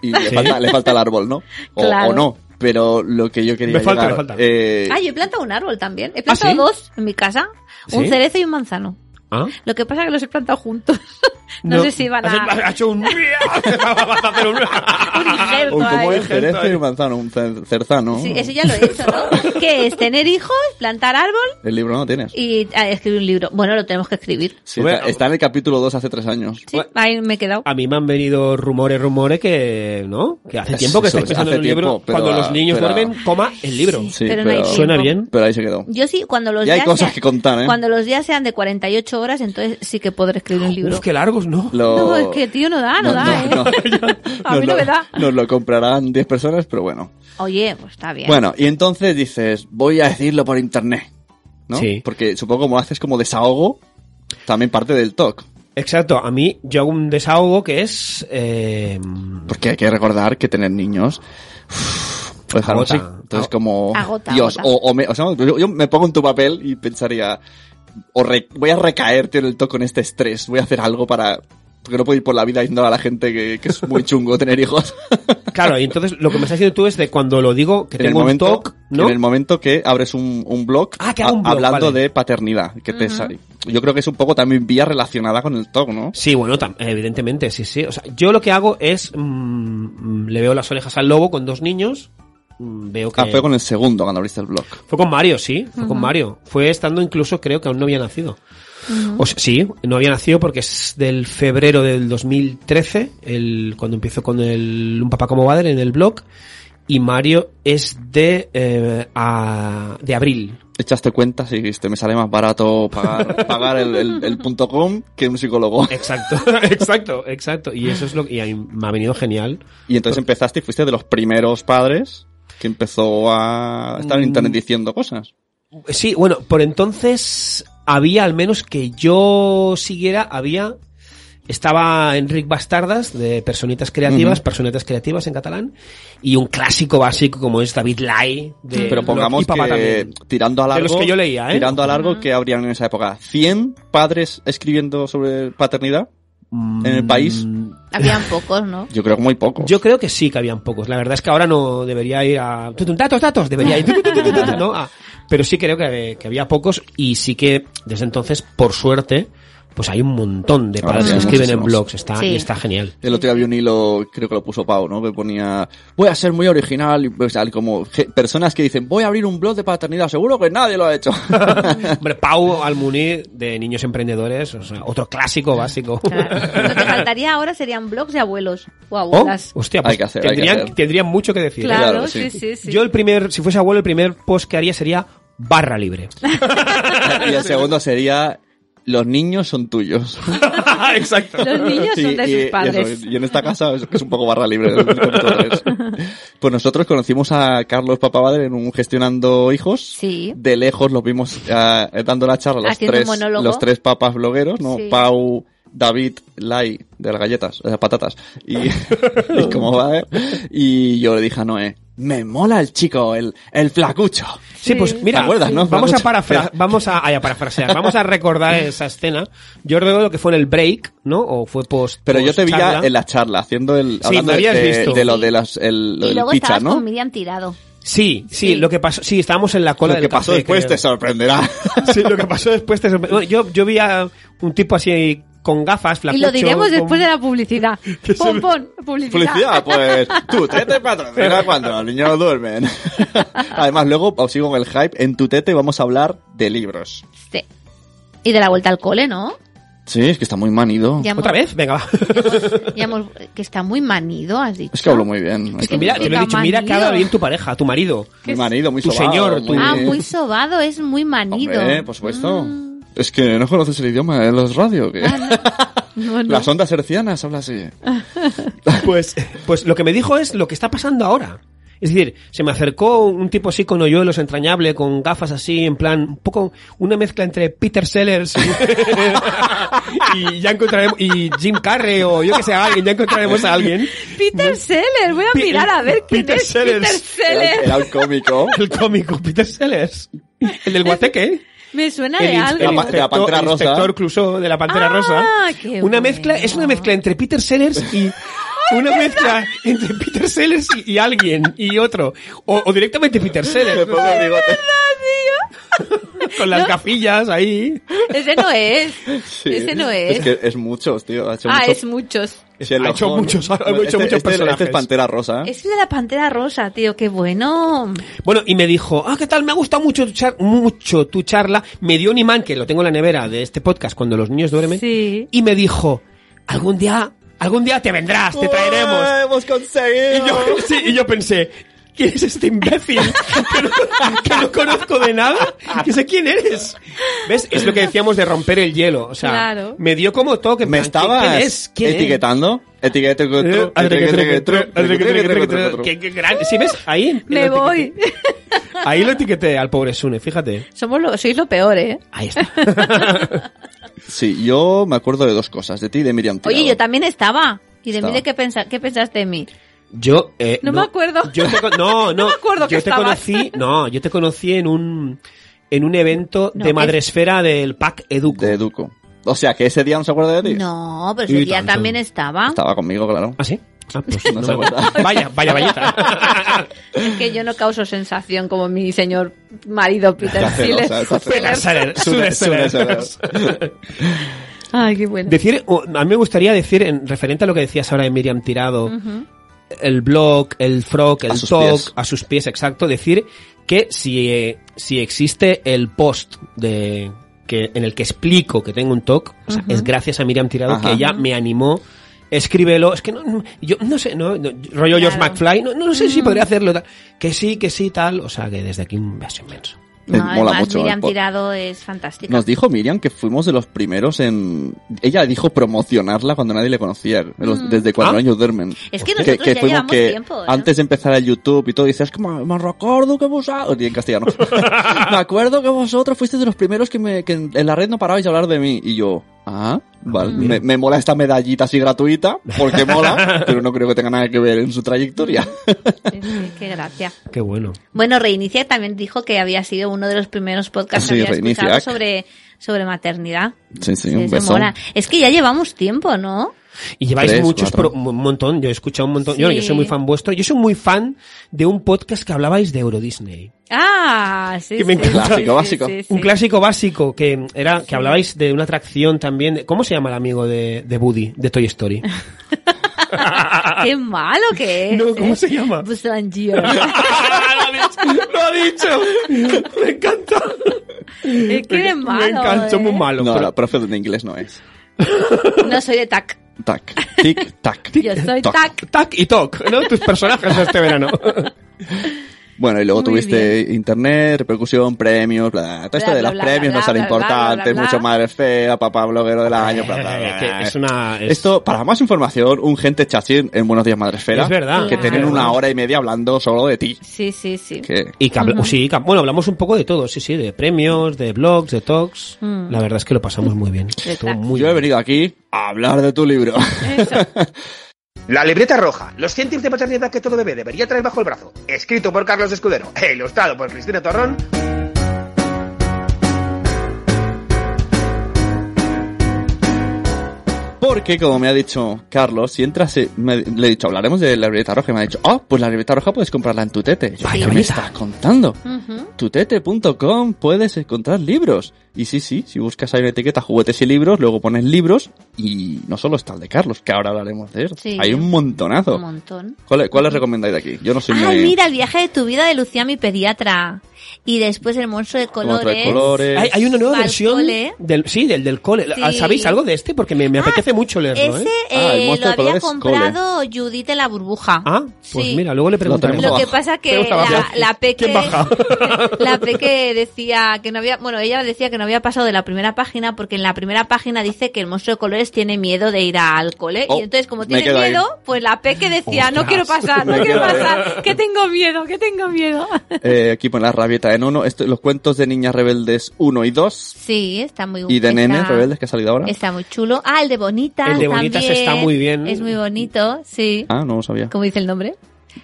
S2: y le,
S4: Sí.
S2: falta, le falta el árbol, ¿no? O,
S3: Claro.
S2: o no. Pero lo que yo quería
S4: Me falta,
S2: llegar,
S4: me falta.
S2: eh,
S3: Ah, yo he plantado un árbol también. He plantado
S4: ¿sí?
S3: dos en mi casa. Un
S4: ¿Sí?
S3: cerezo y un manzano.
S4: ¿Ah?
S3: Lo que pasa es que los he plantado juntos. no, sé si van a...
S4: Ha hecho un... Vas a hacer un...
S3: Un injerto
S2: un como
S3: ahí.
S4: este?
S2: el cerezo y un manzano, un cer- cerzano.
S3: Sí, eso ya lo he hecho, ¿no? que es tener hijos, plantar árbol
S2: El libro no lo tienes.
S3: y ah, escribir un libro. Bueno, lo tenemos que escribir.
S2: Sí,
S4: Hombre,
S2: está, está en el capítulo 2 hace tres años.
S3: Sí,
S4: Bueno. Ah,
S3: ahí me he quedado.
S4: A mí me han venido rumores, rumores que, ¿no? Que hace
S2: Eso,
S4: tiempo que estáis
S2: hace
S4: pensando en un
S2: tiempo,
S4: libro.
S2: pero
S4: Cuando
S2: a-
S4: los niños
S2: pero a-
S4: duermen, coma el libro.
S3: Sí,
S2: Sí,
S3: pero,
S2: pero-
S3: no hay tiempo.
S4: ¿Suena bien?
S2: Pero ahí se quedó.
S3: Yo sí, cuando los
S2: Ya hay
S3: días
S2: cosas
S3: sean-
S2: que contar, ¿eh?
S3: Cuando los días sean de 48 horas, entonces sí que podré escribir un libro.
S4: Uf, qué largos, ¿no?
S3: No, es que tío, no da, no, da, ¿eh? A
S2: Nos
S3: mí no
S2: lo-
S3: me da.
S2: Nos lo comprarán 10 personas, pero bueno.
S3: Oye, pues está bien.
S2: Bueno, y entonces dices, voy a decirlo por internet. ¿No?
S4: Sí.
S2: Porque supongo como haces como desahogo, también parte del TOC.
S4: Exacto, a mí yo hago un desahogo que es... Eh,
S2: Porque hay que recordar que tener niños. uff, Puede dejarlo
S4: Agota.
S2: así. Entonces, como.
S3: Agota,
S2: Dios,
S3: agota.
S2: O, o me, o sea, yo, yo me pongo en tu papel y pensaría. O re- voy a recaerte en el toque con este estrés. Voy a hacer algo para. Porque no puedo ir por la vida diciendo a la gente que, que es muy chungo tener hijos.
S4: claro, y entonces lo que me estás diciendo tú es de cuando lo digo que
S2: en el
S4: tengo
S2: momento,
S4: un TOC, ¿no?
S2: En el momento que abres un, un blog,
S4: Ah, que hago un
S2: a-
S4: blog,
S2: hablando
S4: vale.
S2: de paternidad. Que te sale. Yo creo que es un poco también vía relacionada con el TOC, ¿no?
S4: Sí, bueno, tam- evidentemente, sí, sí. O sea, yo lo que hago es... mm, mm, le veo las orejas al lobo con dos niños. mm, veo que...
S2: Ah, fue con el segundo cuando abriste el blog.
S4: Fue con Mario, sí, fue con Mario. Fue estando incluso, creo que aún no había nacido. O sea, sí, no había nacido porque es del febrero del 2013, el, cuando empiezo con el Un Papá como Padre en el blog. Y Mario es de, eh, a- de abril.
S2: echaste cuentas y dijiste, me sale más barato pagar, pagar el, el- el punto com que un psicólogo.
S4: Exacto, exacto, exacto. Y eso es lo que y a mí me ha venido genial.
S2: Y entonces empezaste y fuiste de los primeros padres que empezó a estar en
S4: Mm.
S2: internet diciendo cosas.
S4: Sí, bueno, por entonces había, al menos que yo siguiera, había. Estaba Enric Bastardas de Personitas Creativas,
S2: Ujú.
S4: Personitas Creativas en catalán, y un clásico básico como es David Lai de
S2: Pero
S4: Blog
S2: pongamos
S4: y Papá
S2: que
S4: también.
S2: tirando a
S4: De los
S2: largo,
S4: que yo leía, ¿eh?
S2: tirando a largo, que habrían en esa época? ¿100 padres escribiendo sobre paternidad? en el país.
S4: Mm,
S3: Habían pocos, ¿no?
S2: Yo creo que muy poco.
S4: Yo creo que sí que habían pocos. La verdad es que ahora no debería ir a... "Tutum, Datos, datos, debería ir... "Tutum, tutum, tutum, tutum", ¿no? Ah, pero sí creo que, que había pocos y sí que desde entonces, por suerte, pues hay un montón de
S2: Ahora
S4: padres
S2: Ah, sí,
S4: que escriben en
S2: muchísimos.
S4: blogs. Está,
S3: Sí.
S4: Y está genial.
S2: El otro día había un hilo, creo que lo puso Pau, ¿no? Que ponía, voy a ser muy original, y, o sea, como ge- personas que dicen, voy a abrir un blog de paternidad, seguro que nadie lo ha hecho.
S4: Hombre, Pau Almuní de Niños Emprendedores, o sea, otro clásico básico.
S3: Claro. Lo que faltaría ahora serían blogs de abuelos o
S4: Oh,
S3: abuelas.
S4: hostia,
S2: Hay
S4: pues
S2: que hacer, hay que
S4: tendrían,
S2: hacer.
S4: tendrían mucho que decir. ¿eh?
S3: claro,
S2: claro, sí.
S3: sí, sí, sí.
S4: Yo el primer, si fuese abuelo, el primer post que haría sería barra libre.
S3: Ah,
S2: y el segundo sería los niños son tuyos.
S4: Exacto.
S3: Los niños
S2: Sí,
S3: son de
S2: y- y
S3: sus
S2: eso,
S3: padres.
S2: Y, en esta casa es, es un poco barra libre. Entonces, Pues nosotros conocimos a Carlos Papabader en un gestionando hijos.
S3: Sí.
S2: De lejos los vimos ah, dando la charla los
S3: Haciendo un
S2: tres,
S3: monólogo.
S2: los tres papas blogueros, ¿no?
S3: Sí.
S2: Pau, David, Lai, de las galletas, de las patatas. Y, y cómo va, ¿eh? Y yo le dije a Noé, me mola el chico, el, el flacucho.
S4: Sí, pues mira,
S2: ¿Te acuerdas, no?
S4: vamos a
S2: Mucho.
S4: parafra vamos a, ay, a parafrasear, vamos a recordar esa escena. Yo recuerdo lo que fue en el break, ¿no? O fue post.
S2: Pero yo te vi ya
S4: post-charla.
S2: en la charla, haciendo el,
S4: Pues Sí,
S2: hablando
S4: me habías
S2: de,
S4: visto.
S2: de lo de las, el, lo
S3: y
S2: del
S3: luego
S2: picha,
S3: estabas
S2: ¿no?
S3: con Miriam tirado.
S4: Sí, sí,
S3: Sí.
S4: lo que pasó, sí, estábamos en la cola
S2: Lo
S4: del
S2: que pasó
S4: café,
S2: después
S4: creo.
S2: te sorprenderá.
S4: Sí, lo que pasó después te sorpre- Bueno, Yo, yo vi a un tipo así con gafas,
S3: y
S4: flacucho.
S3: lo diremos
S4: con-
S3: después de la publicidad. Pon, pon, publicidad.
S2: Publicidad, pues tu tete patrocina cuando los niños duermen. Además, luego os sigo con el hype. En tu tete vamos a hablar de libros.
S3: Sí. Y de la vuelta al cole, ¿no?
S2: Sí, es que está muy manido.
S3: Ya hemos-
S4: ¿Otra vez? Venga, va.
S3: ya hemos- que está muy manido, has dicho.
S2: Es que hablo muy bien.
S3: Es que
S2: Muy
S4: Mira, te lo he dicho, mira que
S3: Manido.
S4: habla bien tu pareja, tu marido.
S2: muy manido, muy
S4: tu
S2: sobado,
S4: señor, tu-
S3: Ah, muy sobado, es muy manido.
S2: Hombre, por supuesto.
S3: Mm.
S2: Es que no conoces el idioma de los radio. que
S3: Ah, No, no.
S2: Las ondas hercianas habla así.
S4: Pues, pues lo que me dijo es lo que está pasando ahora. Es decir, se me acercó un tipo así con hoyuelos entrañable, con gafas así, en plan, un poco una mezcla entre Peter Sellers y- y ya encontraremos, y Jim Carrey o yo que sé, alguien, ya encontraremos a alguien.
S3: Peter Sellers, voy a
S4: Pi-
S3: mirar a ver quién
S4: Peter
S3: es Peter
S4: Sellers.
S2: Era,
S3: Sellers.
S2: era un cómico.
S4: El cómico Peter Sellers. El del Guateque.
S3: Me suena
S4: El,
S3: de
S4: ins- el
S3: algo.
S2: de la
S4: inspector-
S2: Pantera Rosa.
S4: inspector Clouseau de la Pantera
S3: Ah,
S4: Rosa.
S3: qué
S4: Una
S3: bueno.
S4: mezcla, es una mezcla entre Peter Sellers y una mezcla entre Peter Sellers y, y alguien y otro o, o directamente Peter
S2: Le
S4: Sellers
S2: pongo el bigote.
S4: con las gafillas ahí.
S3: Ese no es.
S2: Sí.
S3: Ese no es.
S2: Es que es muchos, tío. Ha hecho
S3: ah,
S2: muchos-
S3: es muchos.
S2: Sherlock
S4: Ha hecho
S2: Holmes.
S4: muchos- ha hecho
S2: Bueno,
S4: muchos
S2: este- este- Este
S4: personajes.
S2: es Pantera Rosa.
S3: Es el de la pantera rosa, tío, qué bueno.
S4: Bueno, y me dijo, "Ah, qué tal, me ha gustado mucho tu char- mucho tu charla." Me dio un imán que lo tengo en la nevera de este podcast cuando los niños duermen
S3: Sí.
S4: y me dijo, "Algún día, algún día te vendrás, te traeremos."
S2: ¡Ué, ¡Hemos conseguido!
S4: Y yo, sí, y yo pensé, ¿Quién es este imbécil? Que no, que no conozco de nada. Que sé quién eres. ¿Ves? Es lo que decíamos de romper el hielo. O sea,
S3: Claro.
S4: me dio como toque. en
S2: ¿Me
S4: plan, ¿Quién
S2: estabas
S4: quién es? ¿Quién es?
S2: etiquetando? Etiqueta-
S4: Eh,
S2: etiqueta-
S4: Qué- qué gran- ¿Sí ves? Ahí.
S3: Me
S4: lo
S3: voy.
S4: etiqueté. Ahí lo etiqueté al pobre Sune, fíjate.
S3: Somos lo, sois lo peor, ¿eh?
S4: Ahí está.
S2: Sí, yo me acuerdo de dos cosas, de ti y de Miriam.
S3: Oye,
S2: Tirado.
S3: yo también estaba. Y de
S2: Estaba.
S3: mí, ¿de qué, pensa- qué pensaste de mí?
S4: Yo. eh,
S3: No me acuerdo.
S4: Yo te con- no, no.
S3: me acuerdo
S4: yo
S3: que
S4: te
S3: estabas.
S4: conocí. No, yo te conocí en un. En un evento
S3: No,
S4: de
S3: es-
S4: madresfera del PAC Educo.
S2: De Educo. O sea, que ese día no se acuerda de ti.
S3: No, pero
S4: Y
S3: ese día
S4: tanto.
S3: también estaba.
S2: Estaba conmigo, claro.
S4: ¿Ah, sí? Ah, pues
S2: No se acuerda.
S4: Vaya, vaya, vaya.
S3: Es que yo no causo sensación como mi señor marido Peter
S2: Está celosa,
S3: Siles.
S2: está celosa.
S4: Sune, Sune, Sune.
S3: Ay, qué bueno.
S4: Decir, o- a mí me gustaría decir, en referente a lo que decías ahora de Miriam Tirado, el blog, el frog, el
S2: A sus
S4: talk,
S2: pies.
S4: a sus pies, exacto, decir que si, eh, si existe el post de que en el que explico que tengo un talk, o sea, es gracias a Miriam Tirado
S2: Ajá.
S4: que ella me animó. Escríbelo, es que no, no- yo no sé, no, no, rollo George
S3: Claro.
S4: McFly, no, no sé si podría hacerlo, tal. que sí, que sí, tal, o sea, que desde aquí un beso inmenso.
S3: No,
S2: Mola
S3: además,
S2: mucho,
S3: Miriam
S2: el po-
S3: Tirado es fantástica.
S2: Nos dijo Miriam que fuimos de los primeros en... Ella dijo promocionarla cuando nadie le conocía, de los-
S3: Mm.
S2: desde cuando
S4: Ah.
S2: años duermen.
S3: Es que nosotros ya llevamos tiempo, ¿eh?
S2: Antes de empezar a YouTube y todo, dices, que me, me recuerdo que vosotros... Y en castellano. me acuerdo que vosotros fuisteis de los primeros que, me, que en, en la red no parabais de hablar de mí. Y yo, ah, vale. Me, me mola esta medallita así gratuita, porque mola, pero no creo que tenga nada que ver en su trayectoria.
S3: Sí, sí, qué gracia.
S4: Qué bueno.
S3: Bueno, Reinicia también dijo que había sido uno de los primeros podcasts
S2: Sí,
S3: que había escuchado
S2: Reinicia.
S3: sobre, sobre maternidad.
S2: sí, sí,
S3: Sí,
S2: un
S3: eso
S2: beso.
S3: mola. Es que ya llevamos tiempo, ¿no?
S4: Y lleváis
S2: Tres,
S4: muchos,
S2: cuatro.
S4: pro- un montón, yo he escuchado un montón, yo,
S3: Sí.
S4: yo soy muy fan vuestro, yo soy muy fan de un podcast que hablabais de Euro Disney.
S3: Ah, sí.
S4: Que me
S3: sí,
S4: encanta.
S3: sí,
S2: Clásico,
S3: sí,
S2: básico.
S3: sí, sí.
S4: Un clásico básico que era, que hablabais de una atracción también, de- ¿cómo se llama el amigo de, de Woody, de Toy Story?
S3: Qué malo que es.
S4: no, ¿cómo
S3: ¿eh?
S4: se llama?
S3: Busan Gear.
S4: lo ha dicho, me encanta.
S3: Es que eres malo.
S4: me encanta,
S3: ¿eh?
S4: muy malo.
S2: No,
S4: pero-
S2: la profe de inglés no es.
S3: No soy de TAC.
S2: Tac, tic, tac.
S3: Yo soy
S2: toc.
S3: TAC.
S4: Tac y Toc, ¿no? Tus personajes de este verano.
S2: Bueno, y luego
S3: Muy
S2: tuviste internet, repercusión, premios, bla, todo esto
S3: Bla,
S2: de
S3: bla,
S2: los
S3: bla,
S2: premios
S3: bla,
S2: no será
S3: bla, bla,
S2: importante,
S3: bla, bla,
S2: mucho
S3: bla.
S2: madre fea, papá bloguero del año, bla, bla, bla,
S4: Que es una... es-
S2: Esto, para más información, un gente chachín en Buenos Días Madresfera.
S4: Es verdad.
S2: Que
S3: Claro.
S2: tienen una hora y media hablando solo de ti.
S3: Sí, sí, sí.
S2: Que,
S4: Y que habla- sí, que- bueno, hablamos un poco de todo, sí, sí, de premios, de blogs, de talks.
S3: Mm.
S4: La verdad es que lo pasamos muy bien. Estuvo
S3: talks.
S4: muy
S2: yo he
S4: bien.
S2: venido aquí a hablar de tu libro.
S3: Eso.
S5: La libreta roja, los 100 tips de paternidad que todo bebé debería traer bajo el brazo. Escrito por Carlos Escudero e ilustrado por Cristina Torrón.
S2: Porque, como me ha dicho Carlos, si entras, eh, me- le he dicho, hablaremos de la libreta roja. Y me ha dicho, oh, pues la libreta roja puedes comprarla en tu tete. Yo,
S4: Vaya
S2: ¿qué me
S4: meta.
S2: estás contando?
S3: Ujú.
S2: tutete.com puedes encontrar libros. Y sí, sí, si buscas ahí una etiqueta juguetes y libros, luego pones libros y no solo está el de Carlos, que ahora hablaremos de él.
S3: Sí.
S2: Hay un
S3: Un
S2: montonazo.
S3: montón.
S2: ¿Cuál, ¿Cuál os recomendáis de aquí? Yo no soy muy...
S3: Ay, mira, el viaje de tu vida de Lucía, mi pediatra. Y después el monstruo de colores.
S2: Monstruo de colores.
S4: Hay, hay una nueva
S3: Val
S4: versión
S3: Cole.
S4: del sí del del cole.
S3: Sí. Ah,
S4: ¿Sabéis algo de este? Porque me, me apetece mucho leerlo.
S3: Ese
S4: ¿eh?
S2: Ah, el
S3: eh,
S2: monstruo
S3: lo
S2: de
S3: había
S2: colores,
S3: comprado Judith en la burbuja.
S4: Ah, pues
S3: Sí.
S4: mira, luego le preguntaremos.
S3: Lo
S2: Abajo.
S3: que pasa que
S4: Tenemos abajo.
S3: la, la Peque,
S4: ¿Quién baja?
S3: la Peque decía que no había, bueno, ella decía que no había pasado de la primera página porque en la primera página dice que el monstruo de colores tiene miedo de ir al cole
S2: Oh,
S3: y entonces como
S2: me
S3: tiene
S2: quedo ahí.
S3: miedo, pues la Peque decía,
S4: Ostras.
S3: no quiero pasar, no
S2: Me
S3: quiero
S2: quedo ahí.
S3: pasar, que tengo miedo, que tengo miedo.
S2: Eh, aquí pone la rabieta en uno. Esto, los cuentos de niñas rebeldes 1 y 2.
S3: Sí, está muy
S2: Y de
S3: está-
S2: nenes rebeldes que ha salido ahora.
S3: Está muy chulo. Ah, el de Bonitas.
S4: El de Bonitas
S3: también.
S4: está muy bien.
S3: Es muy bonito, sí.
S2: Ah, no lo sabía.
S3: Como dice el nombre.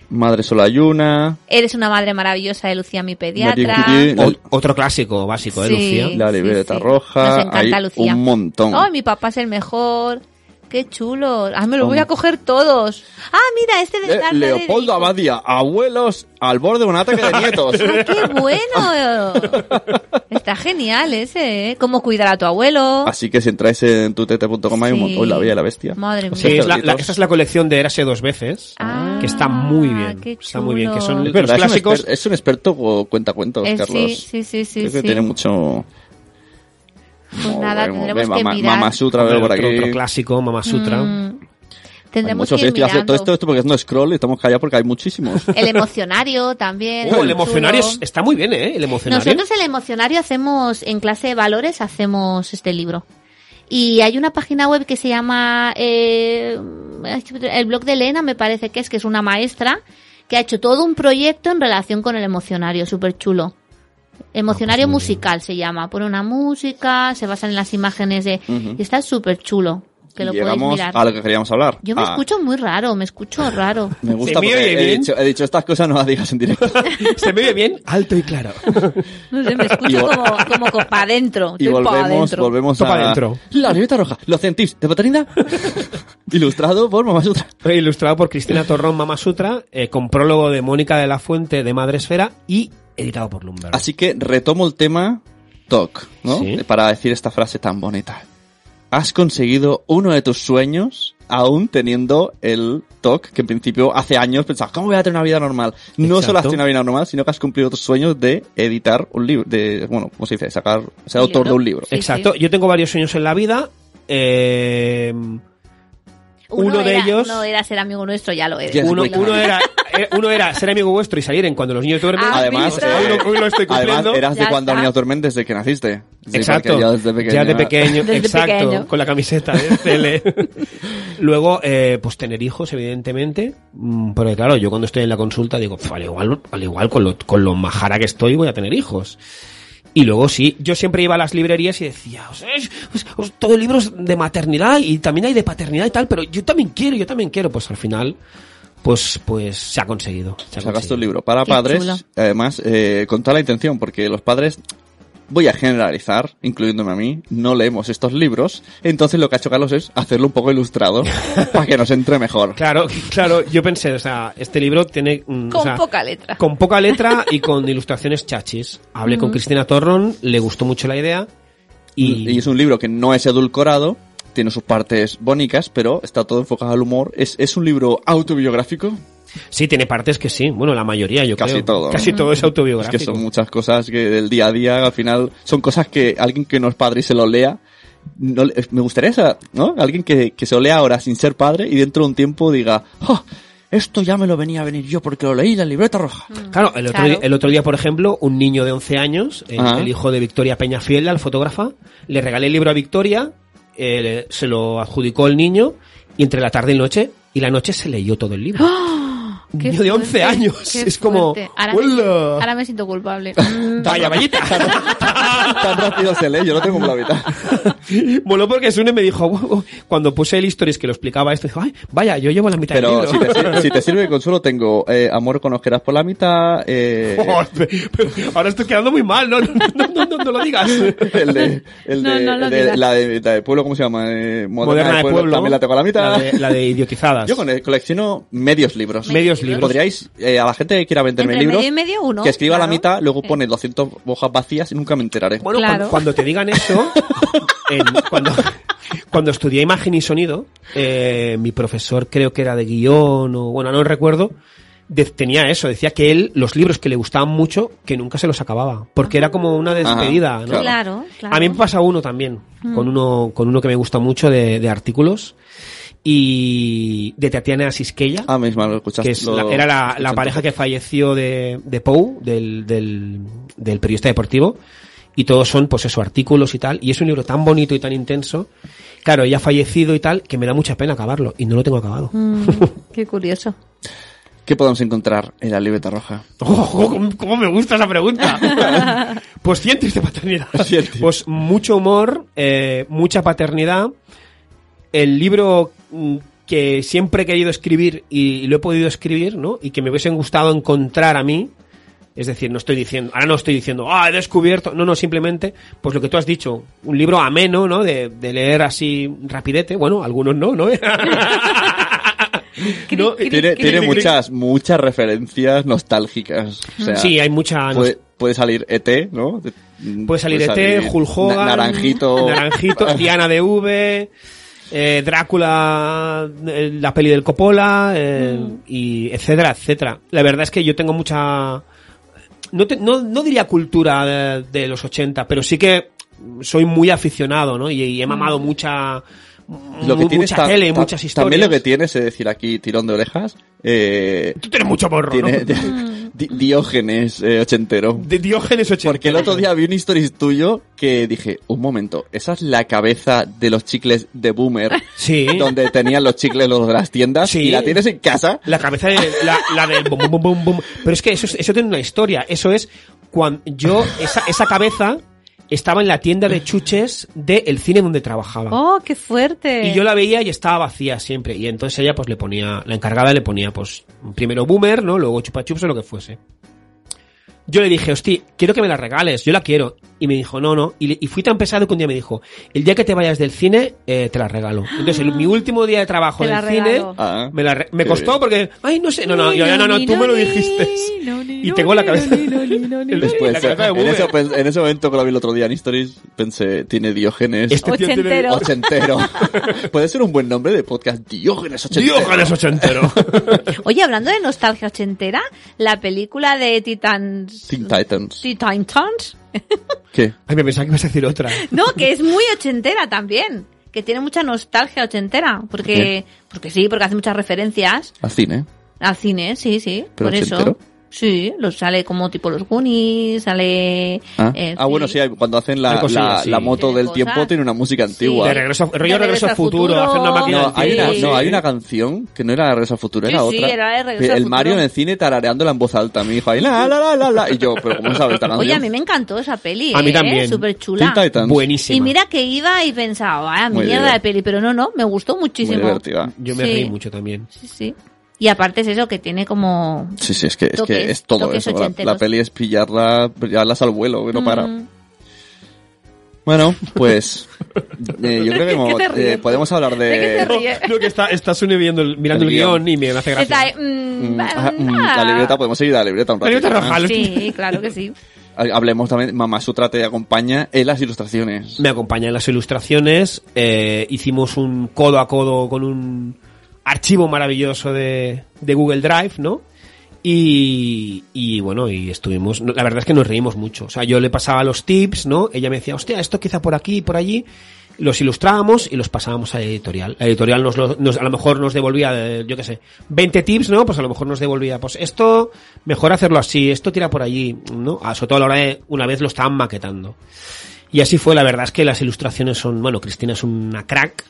S2: Madre sola hay una.
S3: Eres una madre maravillosa de Lucía, mi pediatra.
S2: Marie Curie,
S4: O- otro clásico básico, ¿eh,
S3: Sí.
S4: Lucía?
S2: La
S3: Sí,
S2: libreta
S3: sí.
S2: roja.
S3: Nos encanta,
S2: hay
S3: Lucía.
S2: un montón.
S3: Oh, mi papá es el mejor. Qué chulo. Ah, me los
S2: Oh.
S3: voy a coger todos. Ah, mira, este de
S2: Eh,
S3: Darth Vader
S2: Leopoldo
S3: dijo-
S2: Abadía, abuelos al borde de un ataque de nietos.
S3: ¡Ay, Ah, qué bueno! Está genial ese, ¿eh? Cómo cuidar a tu abuelo.
S2: Así que si entráis en tutete.com Ah, hay un
S3: Sí.
S2: montón. Uy, la bella y la bestia.
S3: Madre
S2: O sea,
S4: Sí,
S3: mía.
S4: es la- la-
S2: cerditos.
S4: esa es la colección de Érase dos veces,
S3: Ah,
S4: que está muy bien.
S3: qué
S4: Está muy bien, que
S3: chulo.
S4: son
S2: Es verdad,
S4: los
S2: es un,
S4: clásicos.
S2: exper- es un experto o cuentacuentos,
S3: Eh,
S2: Carlos.
S3: sí, sí, sí, sí.
S2: Creo que
S3: sí.
S2: tiene mucho...
S3: Pues nada, tendremos que mirar.
S2: Mamá Sutra veo por
S4: otro, otro
S2: aquí.
S4: clásico, Mama Sutra.
S3: Mm. Tendremos
S2: muchos,
S3: que
S2: eh,
S3: ir
S2: estoy haciendo
S3: mirando.
S2: todo esto, esto porque es no scroll y estamos callados porque hay muchísimos.
S3: El emocionario también.
S4: Uh,
S3: muy
S4: el emocionario
S3: chulo.
S4: es- está muy bien, ¿eh? El emocionario.
S3: Nosotros el emocionario hacemos, en clase de valores, hacemos este libro. Y hay una página web que se llama eh, el blog de Elena, me parece que es, que es una maestra, que ha hecho todo un proyecto en relación con el emocionario, súper chulo.
S2: Ah, pues
S3: Emocionario musical se llama. Pone una música, se basan en las imágenes de...
S2: Ujú.
S3: Y está súper chulo, que lo
S2: Y
S3: podéis
S2: llegamos
S3: mirar.
S2: a lo que queríamos hablar.
S3: Yo me
S2: Ah,
S3: escucho muy raro, me escucho raro.
S2: Me gusta
S4: ¿Se me
S2: porque
S4: oye
S2: he
S4: bien?
S2: dicho, he dicho estas cosas no las digas en directo.
S4: Se me ve bien, alto y claro.
S3: No sé, me
S2: Y
S3: escucho
S2: vol-
S3: como, como co- pa' adentro.
S2: y volvemos, volvemos
S4: Topa
S2: a
S4: adentro.
S2: la libreta roja, los centis de paternidad, ilustrado por Mamá Sutra.
S4: Ilustrado por Cristina Torrón Mamasutra, eh, con prólogo de Mónica de la Fuente de Madre Esfera y editado por Lumber.
S2: Así que retomo el tema TOC, ¿no?
S4: Sí.
S2: Para decir esta frase tan bonita. Has conseguido uno de tus sueños aún teniendo el TOC, que en principio hace años pensabas, ¿cómo voy a tener una vida normal? No
S4: Exacto.
S2: solo has tenido una vida normal, sino que has cumplido tus sueños de editar un libro, de, bueno, ¿cómo se dice? Sacar, ser
S3: ¿Un
S2: autor de
S3: libro?
S2: un libro.
S3: Sí,
S4: Exacto.
S3: sí.
S4: Yo tengo varios sueños en la vida. eh, Uno de
S3: era-
S4: ellos-
S3: Uno era ser amigo nuestro, ya lo eres.
S2: Ya es
S4: uno,
S2: muy claro.
S4: uno era, eh, uno era ser amigo vuestro y salir en cuando los niños duermen.
S3: Ah,
S2: Además,
S3: visto?
S2: eh,
S4: hoy, lo, hoy lo estoy
S2: además
S4: cumpliendo.
S2: eras de
S3: Ya
S2: cuando
S3: está.
S2: niño duermen desde que naciste. Sí,
S4: Exacto.
S2: porque Ya desde pequeño.
S4: Ya de pequeño,
S3: Desde
S4: exacto.
S3: pequeño.
S4: Con la camiseta de CL. Luego, eh, pues tener hijos, evidentemente. Mm, Porque claro, yo cuando estoy en la consulta digo, "Pf, al igual, al igual con lo, con lo majara que estoy voy a tener hijos. Y luego sí, yo siempre iba a las librerías y decía, "Os- es- os- os- todo libros de maternidad y también hay de paternidad y tal, pero yo también quiero, yo también quiero. Pues al final, pues, pues se ha conseguido. se ha
S2: Sacaste
S4: conseguido.
S2: un libro para
S3: Qué
S2: padres,
S3: chulo.
S2: además, eh, con toda la intención, porque los padres, voy a generalizar, incluyéndome a mí, no leemos estos libros, entonces lo que ha hecho Carlos es hacerlo un poco ilustrado para que nos entre mejor.
S4: Claro, claro, yo pensé, o sea, este libro tiene... mm, o
S3: Con
S4: sea,
S3: poca letra.
S4: Con poca letra y con ilustraciones chachis. Hablé con Cristina Torrón, le gustó mucho la idea y...
S2: Mm, Y es un libro que no es edulcorado, tiene sus partes bonitas, pero está todo enfocado al humor. Es, es un libro autobiográfico,
S4: Sí, tiene partes que sí. Bueno, la mayoría, yo
S2: Casi
S4: creo.
S2: todo, ¿no?
S4: Casi todo es
S2: es
S4: autobiográfico.
S2: que son muchas cosas que del día a día, al final, son cosas que alguien que no es padre y se lo lea, no le- me gustaría esa, ¿no? Alguien que, que se lo lea ahora sin ser padre y dentro de un tiempo diga, "Oh, esto ya me lo venía a venir yo porque lo leí en la libreta roja.
S3: Mm.
S4: Claro, el otro,
S3: Claro.
S4: Día, el otro día, por ejemplo, un niño de 11 años, el,
S2: Ajá.
S4: el hijo de Victoria Peñafiel, la fotógrafa, le regalé el libro a Victoria, eh, le- se lo adjudicó el niño y entre la tarde y noche, y la noche se leyó todo el libro. Un
S3: ¡Ah! Qué
S4: niño de 11
S3: fuerte,
S4: años.
S3: qué
S4: Es como...
S3: fuerte. Ahora, me,
S4: ¡Hola!
S3: ahora me siento culpable.
S4: Vaya, vallita.
S2: Tan rápido se lee, yo no tengo la mitad.
S4: Moló porque Sune me dijo, "Guau, guau". cuando puse el stories que lo explicaba esto, dijo, ay, vaya, yo llevo la mitad del
S2: Pero
S4: libro".
S2: si te, eh, sir- si te sirve de consuelo, tengo eh, Amor conocerás por la mitad, eh,
S4: Oh, pe- pero ahora estoy quedando muy mal, no, no, no, no, no, no lo digas.
S2: el de, el
S3: No,
S2: de-
S3: no lo
S2: el de-
S3: digas.
S2: la, de, la de pueblo, ¿cómo se llama? Eh, Moderna,
S4: Moderna de pueblo.
S2: también la tengo a la mitad.
S4: La de, la de idiotizadas.
S2: Yo con colecciono medios libros.
S4: Medios libros.
S2: Podríais, eh, a la gente que quiera venderme
S3: Entre
S2: libros,
S3: medio y medio, uno,
S2: que escriba la
S3: claro.
S2: mitad, luego
S3: Sí.
S2: pone 200 hojas vacías y nunca me enteraré.
S4: Bueno,
S3: Claro.
S4: cuando, cuando te digan eso, en- cuando, cuando estudié imagen y sonido, eh, mi profesor creo que era de guión o bueno, no recuerdo, de- tenía eso, decía que él, los libros que le gustaban mucho, que nunca se los acababa, porque era como una despedida. ¿no?
S3: Claro, claro. Mm.
S4: A mí me pasa uno también, con uno con uno que me gusta mucho de, de artículos y de Tatiana Sisqueya,
S2: Ah, misma lo escuchaste.
S4: que es
S2: lo-
S4: la- era la, la
S2: escuchaste.
S4: pareja que falleció de, de Pou, del, del, del periodista deportivo, y todos son pues eso, artículos y tal, y es un libro tan bonito y tan intenso, claro, ella ha fallecido y tal, que me da mucha pena acabarlo, y no lo tengo acabado.
S3: Mm, qué curioso.
S2: ¿Qué podemos encontrar en la libreta roja?
S4: ¡Oh, cómo- cómo me gusta esa pregunta! pues cientos de paternidad.
S2: Cientos.
S4: Pues mucho humor, eh, mucha paternidad. El libro mm, que siempre he querido escribir y lo he podido escribir, ¿no? Y que me hubiesen gustado encontrar a mí. Es decir, no estoy diciendo, ahora no estoy diciendo, ah, he descubierto. No, no, simplemente, pues lo que tú has dicho, un libro ameno, ¿no? De, de leer así rapidete. Bueno, algunos no, ¿no? No,
S2: Tiene, tiene
S4: cri-
S2: muchas, muchas referencias nostálgicas. O sea,
S4: Sí, hay mucha.
S2: puede, puede salir ET, ¿no?
S4: Puede salir ET, Hulk Hogan,
S2: Na- Naranjito.
S4: Naranjito, Diana de V, eh, Drácula, eh, la peli del Coppola, eh, y etcétera, etcétera. La verdad es que yo tengo mucha... No, te- no, no diría cultura de, de los 80, pero sí que soy muy aficionado, ¿no? Y, y he mamado mucha
S2: Lo que
S4: Mu-
S2: tienes
S4: mucha
S2: ta-
S4: tele,
S2: ta-
S4: muchas historias.
S2: También lo que tienes, es decir, aquí tirón de orejas. Eh,
S4: Tú tienes mucho morro, ¿no?
S2: tiene, Di- Diógenes eh, ochentero.
S4: De Diógenes 80.
S2: Porque el otro día vi un stories tuyo que dije, un momento, esa es la cabeza de los chicles de Boomer,
S4: Sí.
S2: donde tenían los chicles los de las tiendas,
S4: Sí.
S2: y la tienes en casa.
S4: La cabeza de la, la del bum, bum, bum, bum. Pero es que eso, es- eso tiene una historia. Eso es cuando yo, esa, esa cabeza estaba en la tienda de chuches del cine donde trabajaba.
S6: Oh, qué fuerte.
S4: Y yo la veía y estaba vacía siempre. Y entonces ella pues le ponía, la encargada le ponía pues primero boomer, ¿no? Luego chupa chups o lo que fuese. Yo le dije, hosti, quiero que me la regales, yo la quiero. Y me dijo, no, no. Y, le- y fui tan pesado que un día me dijo, el día que te vayas del cine, eh, te la regalo. Entonces, el- mi último día de trabajo
S6: Te la
S4: del cine,
S6: regalo.
S2: Ah.
S4: me, la re- me
S2: Qué
S4: costó
S2: bien.
S4: porque, ay, no sé, no, no, yo, no, no, tú me lo dijiste. Y tengo la cabeza.
S2: Después,
S4: la cabeza de
S2: en,
S4: Boomer.
S2: ese, pues, en ese momento que lo vi el otro día en stories, pensé, tiene Diógenes
S4: Este tío tiene-
S6: Ochentero.
S2: ochentero. Puede ser un buen nombre de podcast, Diógenes ochentero.
S4: Diógenes ochentero.
S3: Oye, hablando de nostalgia ochentera, la película de Titans...
S2: Teen Titans.
S3: Titan Titans.
S2: ¿Qué?
S4: Ay, me pensaba que ibas a decir otra.
S3: No, que es muy ochentera también. Que tiene mucha nostalgia ochentera. Porque,
S2: Bien.
S3: porque sí, porque hace muchas referencias
S2: Al cine.
S3: al cine, sí, sí.
S2: ¿Pero
S3: por eso.
S2: ochentero?
S3: Sí, lo- sale como tipo los Goonies, sale.
S2: Ah,
S3: eh,
S2: Ah, bueno, sí, hay- cuando hacen la,
S4: Hay cosillas,
S2: la-
S4: sí.
S2: la moto
S3: Tiene
S2: del
S3: cosas.
S2: tiempo tiene una música antigua.
S4: De regreso, rollo
S3: De
S4: regreso, al futuro, hacer una máquina
S2: No,
S4: del
S2: hay
S4: tiempo,
S2: una,
S3: Sí.
S2: no, hay una canción que no era Regreso al Futuro, era
S3: Sí, sí,
S2: otra.
S3: era de Regreso al
S2: el
S3: Futuro.
S2: Mario en el cine tarareándola en voz alta. Mi hijo ahí, la, la, la, la, la. Y yo, pero ¿cómo sabes esta canción?
S3: Oye, a mí me encantó esa peli.
S4: A mí
S3: ¿eh?
S4: también.
S3: Súper chula.
S2: Teen Titans.
S4: Buenísima.
S3: Y mira que iba y pensaba, vaya
S2: Muy
S3: mierda de
S2: divertida.
S3: peli, pero no, no, me gustó
S2: Muy
S3: muchísimo.
S2: divertida.
S4: Yo me
S3: Sí.
S4: reí mucho también.
S3: Sí, sí. Y aparte es eso que tiene como.
S2: Sí, sí, es que es,
S3: Toques,
S2: que es todo
S3: toques
S2: eso. La,
S3: ochenteros.
S2: la peli es pillarla, pillarlas al vuelo, que no para.
S3: Mm,
S2: Bueno, pues eh, yo creo que, como,
S6: te
S2: eh,
S6: ríes?
S2: podemos hablar
S6: ¿De qué te
S2: de...
S6: ríes? Ríe.
S4: No, que está, estás un- viendo el- mirando el,
S2: El
S4: guión
S2: guión.
S4: y me hace
S3: está,
S4: gracia.
S3: eh, mm,
S2: Mm, ajá, mm,
S3: ah.
S2: la libreta, podemos seguir a la libreta un
S4: La
S2: rato.
S4: libreta roja.
S3: Sí, claro que sí.
S2: Hablemos también, Mamá Sutra te acompaña en las ilustraciones.
S4: Me acompaña en las ilustraciones. eh, hicimos un codo a codo con un archivo maravilloso de, de Google Drive, ¿no? Y, y bueno, y estuvimos. no, La verdad es que nos reímos mucho. O sea, yo le pasaba los tips, ¿no? Ella me decía, hostia, esto quizá por aquí, por allí. Los ilustrábamos y los pasábamos a la editorial. La editorial nos, lo- nos- a lo mejor nos devolvía, eh, yo qué sé, 20 tips, ¿no? Pues a lo mejor nos devolvía, pues esto, mejor hacerlo así, esto tira por allí, ¿no? Ah, Sobre todo a la hora de, una vez lo estaban maquetando. Y así fue, la verdad es que las ilustraciones son, bueno, Cristina es una crack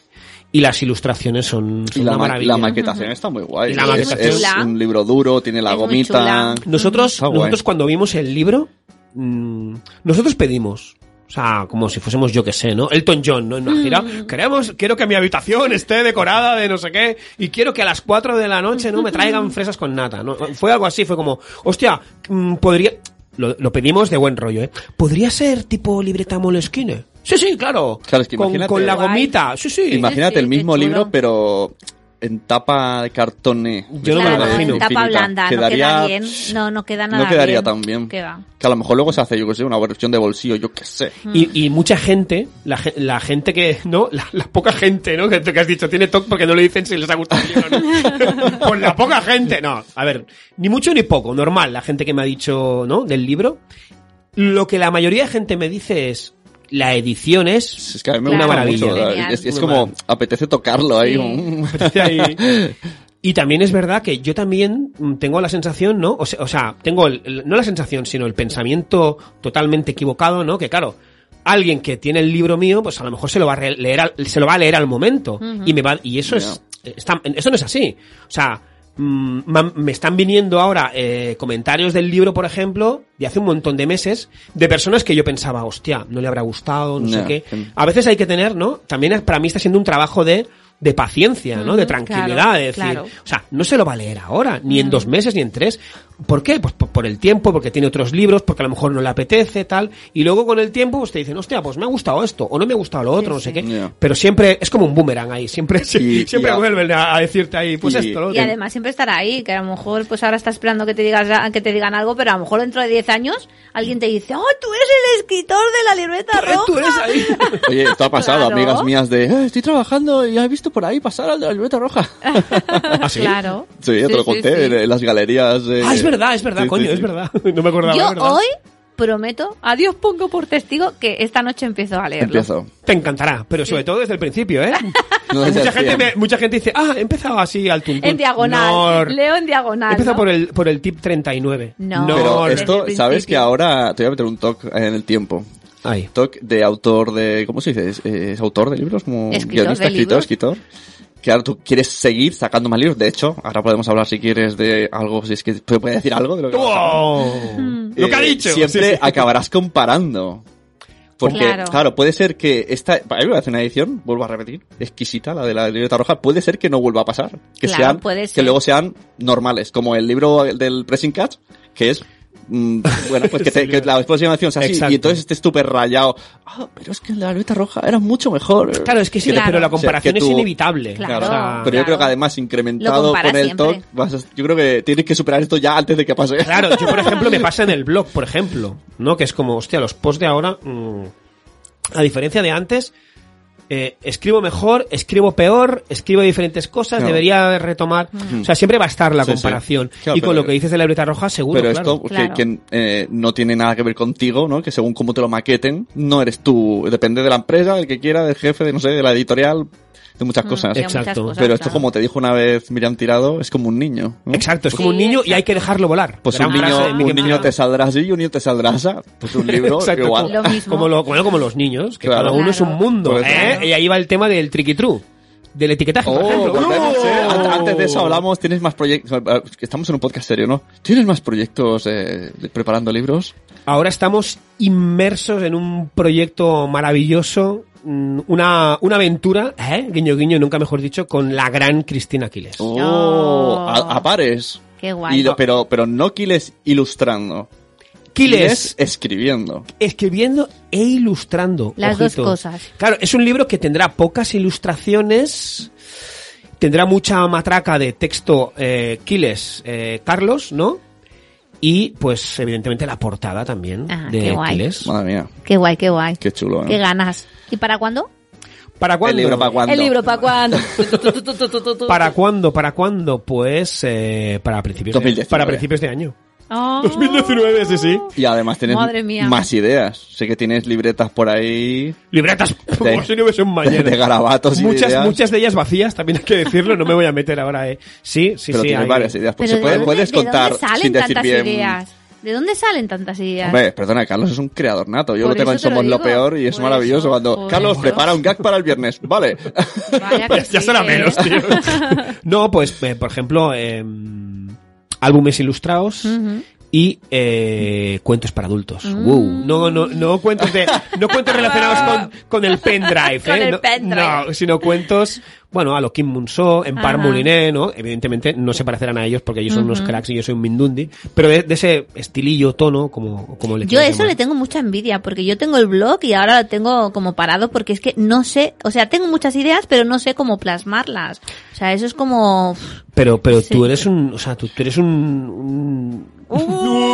S4: y las ilustraciones son,
S2: Y
S4: son
S2: la,
S4: una
S2: ma-
S4: maravilla.
S2: la maquetación está muy guay.
S4: Y la
S2: Es-
S4: maquetación-
S2: es, un libro duro, tiene la
S3: Es muy chula.
S2: gomita.
S4: Nosotros,
S2: Está Ah, guay.
S4: nosotros cuando vimos el libro, mm, nosotros pedimos. O sea, como si fuésemos, yo que sé, ¿no? Elton John, ¿no? En una gira. Queremos, quiero que mi habitación esté decorada de no sé qué. Y quiero que a las 4 de la noche, ¿no? Me traigan fresas con nata, ¿no? Fue algo así, fue como, hostia, mm, podría. Lo, lo pedimos de buen rollo, ¿eh? ¿Podría ser tipo libreta Moleskine? Sí, sí, claro.
S2: Claro, es que
S4: con,
S2: imagínate.
S4: con la
S3: Guay.
S4: gomita. Sí, sí.
S2: Imagínate
S3: Sí,
S2: el
S3: qué
S2: mismo
S3: chulo.
S2: libro, pero en tapa de cartone.
S4: Yo no me lo
S3: Claro,
S4: imagino.
S3: en tapa
S2: Infinita.
S3: blanda,
S2: Quedaría-
S3: no queda bien. No, no queda nada
S2: no quedaría
S3: bien.
S2: tan bien.
S3: ¿Qué va?
S2: Que a lo mejor luego se hace, yo que sé, una versión de bolsillo, yo qué sé.
S4: Y, y mucha gente, la, ge- la gente que, ¿no? La, la poca gente, ¿no? Que, que has dicho, tiene TOC porque no le dicen si les ha gustado el libro o no. Pues la poca gente, no. A ver, ni mucho ni poco, normal, la gente que me ha dicho, ¿no? Del libro. Lo que la mayoría de gente me dice es, la edición es...
S2: Es que a mí me
S3: Claro,
S2: gusta
S4: maravilla.
S2: mucho. ¿verdad?
S3: Genial.
S2: Es, es
S4: Muy
S2: como,
S4: maravilla.
S2: apetece tocarlo ahí.
S3: Sí.
S2: un-
S4: Y también es verdad que yo también mm, tengo la sensación, ¿no? O se- o sea, tengo el- el- no la sensación, sino el pensamiento totalmente equivocado, ¿no? Que claro, alguien que tiene el libro mío, pues a lo mejor se lo va a re- leer al, se lo va a leer al momento y me va y eso es está- eso no es así. O sea, mm, ma- me están viniendo ahora eh, comentarios del libro, por ejemplo, de hace un montón de meses, de personas que yo pensaba, hostia, no le habrá gustado, no sé
S2: Ya,
S4: qué.
S2: que-
S4: A veces hay que tener, ¿no? También es- para mí está siendo un trabajo de, de paciencia, ¿no? De
S3: Ujú,
S4: tranquilidad,
S3: claro,
S4: de decir,
S3: claro. Mm.
S4: o sea, no se lo va a leer ahora, ni en dos meses, ni en tres. ¿Por qué? Pues por, por el tiempo, porque tiene otros libros, porque a lo mejor no le apetece, tal. Y luego con el tiempo, pues te dicen, hostia, pues me ha gustado esto, o no me ha gustado lo otro, no sé qué.
S2: Ya.
S4: Pero siempre, es como un boomerang ahí, siempre,
S2: Y-
S4: siempre
S2: y a-
S4: vuelven a, a decirte ahí, pues
S2: y-
S4: esto, lo
S3: Y
S4: otro.
S3: además siempre estará ahí, que a lo mejor pues ahora está esperando que te digas que te digan algo, pero a lo mejor dentro de 10 años alguien te dice, "Oh, tú eres el escritor de la libreta
S4: Tú eres-
S3: roja."
S4: "Ah, tú eres ahí.
S2: Oye, esto ha pasado,
S3: Claro.
S2: amigas mías, de "Eh, estoy trabajando y has visto por ahí pasar al de la libreta roja.
S3: Claro.
S2: sí, ya te
S3: Sí,
S2: lo
S3: sí,
S2: conté
S3: sí.
S2: en, en las galerías. eh.
S4: Ah, es verdad, es verdad,
S2: Sí,
S4: coño,
S2: sí,
S4: es
S2: sí.
S4: verdad. No me acordaba,
S3: Yo
S4: es verdad.
S3: hoy prometo, a Dios pongo por testigo que esta noche empiezo a leerlo.
S2: Empiezo.
S4: Te encantará, pero sobre todo desde el principio, ¿eh?
S2: No
S4: mucha,
S2: decepción.
S4: gente me- mucha gente dice, ah, he empezado así al tuntún.
S3: En diagonal.
S4: No,
S3: Leo en diagonal.
S4: he empezado
S3: ¿no?
S4: por el, por el tip 39.
S3: No.
S2: Pero
S3: desde
S2: esto,
S3: el
S2: sabes
S3: principio.
S2: que ahora te voy a meter un talk en el tiempo.
S4: Ahí.
S2: TikTok de autor de. ¿Cómo se dice? ¿Es, es autor de libros? Como
S3: Escritor
S2: guionista,
S3: de
S2: escritor,
S3: libros.
S2: escritor. Que ahora tú quieres seguir sacando más libros. De hecho, ahora podemos hablar si quieres de algo, si es que te puede decir algo de lo que. vas a hablar.
S4: ¡Wow!
S3: Mm.
S4: Lo que ha
S2: Eh,
S4: dicho.
S2: Siempre
S4: Sí, sí.
S2: acabarás comparando. Porque, claro.
S3: Claro.
S2: puede ser que esta, para mí me hace una edición, vuelvo a repetir, exquisita, la de la libreta roja, puede ser que no vuelva a pasar. Que
S3: Claro,
S2: sean,
S3: puede
S2: que
S3: ser.
S2: luego sean normales, como el libro del Pressing Catch, que es, mm, bueno, pues que, te-
S4: Sí,
S2: que la próxima edición sea así,
S4: Exacto.
S2: y entonces estés tú rayado. Ah, pero es que la libreta roja era mucho mejor.
S4: Claro, es que sí,
S3: Claro.
S4: pero la
S2: O sea,
S4: comparación
S2: que tú-
S4: es inevitable.
S3: Claro.
S4: O sea,
S2: Pero yo creo
S3: Claro.
S2: que además
S3: Lo
S2: incrementado
S3: comparas
S2: con el
S3: siempre.
S2: TOC, vas a- yo creo que tienes que superar esto ya antes de que pase.
S4: Claro, yo por ejemplo me pasa en el blog, por ejemplo, ¿no? Que es como, hostia, los posts de ahora, mm, a diferencia de antes, eh, escribo mejor, escribo peor, escribo diferentes cosas,
S2: Claro.
S4: debería retomar.
S3: Mm.
S4: O sea, siempre va a estar la
S2: Sí, sí.
S4: comparación.
S2: Claro,
S4: y con
S2: pero-
S4: lo que dices de la libreta roja, seguro.
S2: Pero
S4: claro.
S2: esto que-
S3: Claro.
S2: que, eh, no tiene nada que ver contigo, ¿no? Que según cómo te lo maqueten, no eres tú. Depende de la empresa, del que quiera, del jefe, de no sé, de la editorial, de muchas
S3: Mm,
S2: cosas.
S3: de muchas
S4: Exacto.
S3: cosas,
S2: Pero esto,
S3: claro.
S2: como te dijo una vez Miriam Tirado, es como un niño. ¿no?
S4: Exacto, es como
S3: Sí,
S4: un niño y hay
S3: exacto.
S4: que dejarlo volar.
S2: mm. Pues
S4: Gran
S2: un niño,
S4: frase de Mickey
S2: un niño
S4: Mouse.
S2: te saldrá así y un niño te saldrá así. Pues un libro
S4: Exacto,
S2: igual.
S4: como-
S3: Lo mismo.
S4: Como, lo- bueno, como los niños, que
S2: Claro.
S4: cada uno es un
S3: Claro.
S4: mundo.
S2: Por eso.
S4: ¿eh? Y ahí va el tema del triqui-tru, del etiquetaje. por
S2: Oh,
S4: ejemplo.
S2: volvemos,
S4: ¡No!
S2: eh. An- Antes de eso hablamos, tienes más proyectos, estamos en un podcast serio, ¿no? ¿Tienes más proyectos eh, de- preparando libros?
S4: Ahora estamos inmersos en un proyecto maravilloso, mm, una, una aventura, ¿eh? guiño guiño, nunca mejor dicho, con la gran Cristina Aquiles.
S2: Oh,
S3: Oh.
S2: a, a pares.
S3: Qué guay.
S2: Y lo- pero, pero no Quiles ilustrando.
S4: Aquiles
S2: Quiles escribiendo.
S4: escribiendo e ilustrando.
S3: Las
S4: ojito.
S3: dos cosas.
S4: Claro, es un libro que tendrá pocas ilustraciones, tendrá mucha matraca de texto eh, Quiles eh, Carlos, ¿no? Y pues evidentemente la portada también
S3: Ah, qué
S4: de
S3: guay.
S4: Quiles.
S2: Madre mía,
S3: Qué guay, qué guay.
S2: qué chulo, ¿eh?
S3: Qué ganas. ¿Y para cuándo?
S4: ¿Para cuándo?
S2: El libro para cuándo.
S3: El libro, ¿para cuándo?
S4: ¿Para cuándo? ¿Para cuándo? Pues eh, para principios
S2: 2019.
S4: de, para principios de año.
S3: Oh.
S4: sí, sí.
S2: Y además tienes
S3: Madre mía.
S2: más ideas. Sé que tienes libretas por ahí
S4: Libretas, como si no hubiese un
S2: de, de
S4: mañana.
S2: garabatos y de
S4: Muchas,
S2: ideas.
S4: muchas de ellas vacías, también hay que decirlo, no me voy a meter ahora, eh. Sí, sí,
S2: pero
S4: sí.
S2: tienes
S4: hay-
S2: varias ideas. Pues
S3: Pero
S2: se
S3: ¿de
S2: puede-
S3: dónde-
S2: puedes
S3: de dónde
S2: contar
S3: salen
S2: sin decir
S3: tantas
S2: bien.
S3: ideas? ¿De dónde salen tantas ideas?
S2: Hombre, perdona, Carlos es un creador nato. Yo
S3: Por
S2: lo tengo
S3: eso
S2: en
S3: te lo
S2: Somos lo,
S3: digo.
S2: Peor y es
S3: Por
S2: maravilloso
S3: eso,
S2: cuando
S3: por
S2: Carlos
S3: eso.
S2: prepara un gag para el viernes. Vale.
S3: Vaya que
S4: Pues ya
S3: sí,
S4: será
S3: ¿eh?
S4: menos, tío. No, pues, eh, por ejemplo, eh, álbumes ilustrados.
S3: Ujú.
S4: Y eh, cuentos para adultos.
S3: Mm.
S4: No, no, no cuentos de, no cuentos relacionados con, con el pendrive,
S3: Con
S4: ¿eh?
S3: el
S4: no,
S3: pendrive.
S4: no, sino cuentos, bueno, a lo Kim Munso, en Par
S3: Ajá.
S4: Mouliné, ¿no? Evidentemente no se parecerán a ellos porque ellos son unos
S3: Ujú.
S4: cracks y yo soy un mindundi. Pero de, de ese estilillo, tono, como, como le
S3: Yo
S4: quieras
S3: eso
S4: llamar.
S3: le tengo mucha envidia, porque yo tengo el blog y ahora lo tengo como parado, porque es que no sé, o sea, tengo muchas ideas, pero no sé cómo plasmarlas. O sea, eso es como... uf,
S4: Pero, pero
S3: Sí.
S4: tú eres un, o sea, tú, tú eres un, un-
S3: Uh.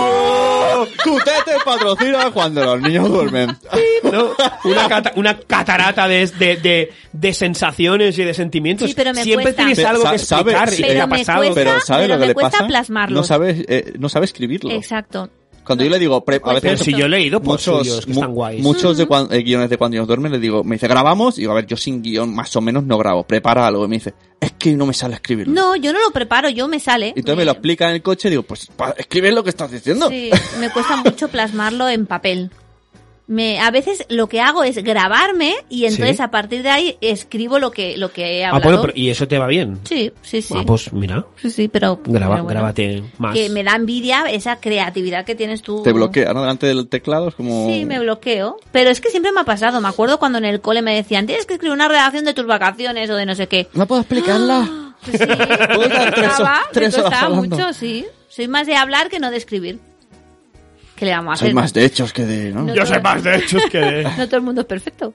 S2: Tu tete patrocina cuando los niños duermen.
S4: ¿no? Una, cata- una catarata de, de, de, de sensaciones y de sentimientos.
S3: Sí, pero me
S4: Siempre
S3: cuesta.
S4: tienes
S2: Pero
S4: algo
S2: sa-
S4: que
S2: sabe-
S4: explicar
S2: sí,
S4: y te
S2: pero
S4: ha
S3: me
S4: pasado.
S3: cuesta-
S2: Pero ¿sabes lo
S3: pero
S2: que
S3: me
S2: le
S3: cuesta
S2: pasa?
S3: plasmarlos.
S2: No sabe, eh, no sabe escribirlo.
S3: Exacto.
S2: Cuando yo le digo, pre- a
S3: Pues
S2: veces
S4: Pero si yo he leído por
S2: muchos,
S4: suyos que
S2: mu-
S4: están guays.
S2: muchos de cuan- eh, guiones de cuando ellos duermen, le digo, me dice, grabamos, y digo, a ver, yo sin guión más o menos no grabo, prepara algo, y me dice, es que no me sale escribirlo.
S3: No, yo no lo preparo, yo me sale.
S2: Y entonces me lo explica en el coche, digo, pues pa- escribe lo que estás diciendo.
S3: Sí, me cuesta mucho plasmarlo en papel. Me, a veces lo que hago es grabarme y entonces
S4: Sí.
S3: a partir de ahí escribo lo que, lo que he
S4: Ah,
S3: hablado.
S4: bueno, pero- y eso te va bien.
S3: Sí, sí, sí.
S4: Ah, pues mira,
S3: Sí, sí, pero...
S4: graba-
S3: pero bueno.
S4: grábate más.
S3: Que me da envidia esa creatividad que tienes tú.
S2: Te bloquea, ¿no? Delante del teclado es como...
S3: Sí, me bloqueo. Pero es que siempre me ha pasado. Me acuerdo cuando en el cole me decían, tienes que escribir una redacción de tus vacaciones o de no sé qué.
S2: ¿No puedo explicarla?
S3: Pues sí,
S2: Puedo estar
S3: me
S2: tres
S3: costaba,
S2: horas- tres
S3: me
S2: horas
S3: costaba
S2: hablando.
S3: mucho, sí. Soy más de hablar que no de escribir. ¿Qué le vamos a
S2: Soy
S3: hacer?
S2: más de hechos que de... ¿no?
S3: No.
S4: Yo sé más de hechos que de...
S3: No todo el mundo es perfecto.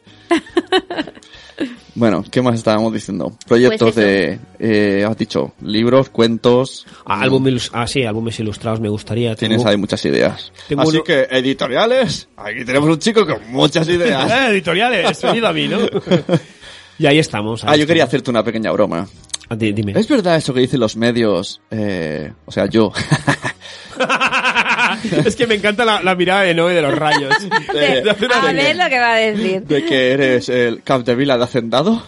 S2: Bueno, ¿qué más estábamos diciendo? Proyectos
S3: Pues eso.
S2: de... eh, has dicho, libros, cuentos...
S4: Ah, álbum ilus- ah, sí, álbumes ilustrados me gustaría.
S2: Tienes
S4: Tengo-
S2: ahí muchas ideas.
S4: Tengo
S2: Así
S4: uno-
S2: que, editoriales, aquí tenemos un chico con muchas ideas.
S4: Eh, editoriales, venido a mí, ¿no? y ahí estamos. ahí
S2: Ah, yo
S4: estamos.
S2: quería hacerte una pequeña broma.
S4: Ah, di- Dime.
S2: eh, ¿Es verdad eso que dicen los medios? eh, o sea, yo.
S4: mirada. Es que me encanta la, la mirada de Noé de los rayos.
S2: De-
S4: De hacer
S3: a
S4: así.
S3: ver lo que va a decir.
S2: de que eres el capdevila de hacendado.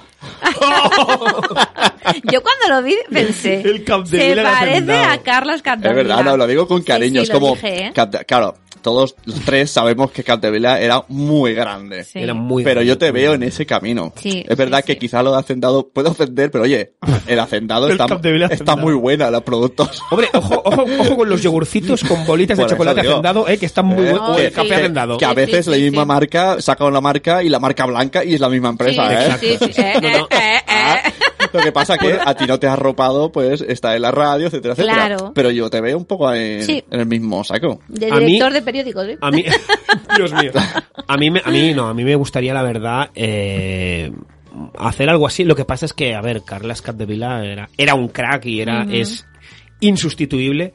S3: Yo cuando lo vi pensé,
S4: El Capdevila
S3: se
S4: le ha
S3: parece
S4: acertado.
S3: a Carlos Capdevila.
S2: Es verdad, no, lo digo con cariño.
S3: Sí,
S2: es
S3: sí, lo
S2: como.
S3: dije, ¿eh?
S2: Capde- Claro, todos los tres sabemos que Capdevila era muy grande.
S3: Sí.
S4: Era muy
S2: Pero yo te
S4: grande.
S2: veo en ese camino.
S3: Sí,
S2: es verdad
S3: sí,
S2: que
S3: sí.
S2: quizá lo de Hacendado puede ofender, pero oye, el Hacendado
S4: El
S2: está,
S4: Capdevila
S2: está
S4: Hacendado.
S2: muy buena, los productos.
S4: Hombre, ojo, ojo, ojo con los yogurcitos con bolitas
S2: Por
S4: de
S2: eso
S4: chocolate
S2: digo.
S4: hacendado, eh, que están muy
S2: Eh,
S4: buenos. O
S2: que-
S4: el café
S3: sí.
S4: hacendado.
S2: Que a
S3: Sí,
S2: veces
S3: sí,
S2: la
S3: sí,
S2: misma
S3: sí.
S2: marca saca una marca y la marca blanca y es la misma
S3: Sí,
S2: empresa, ¿eh?
S3: sí, sí, sí. Eh, eh,
S4: No, no.
S3: eh, eh.
S2: Lo que pasa que a ti no te has ropado, pues está en la radio, etcétera, etcétera.
S3: Claro.
S2: Pero yo te veo un poco en,
S3: Sí.
S2: en el mismo saco.
S3: De
S4: A mí-
S3: director de periódicos. ¿eh?
S4: A mí, Dios mío. A mí, me- a mí no, a mí me gustaría, la verdad, eh, hacer algo así. Lo que pasa es que, a ver, Carlas Capdevila era, era un crack y era, es insustituible.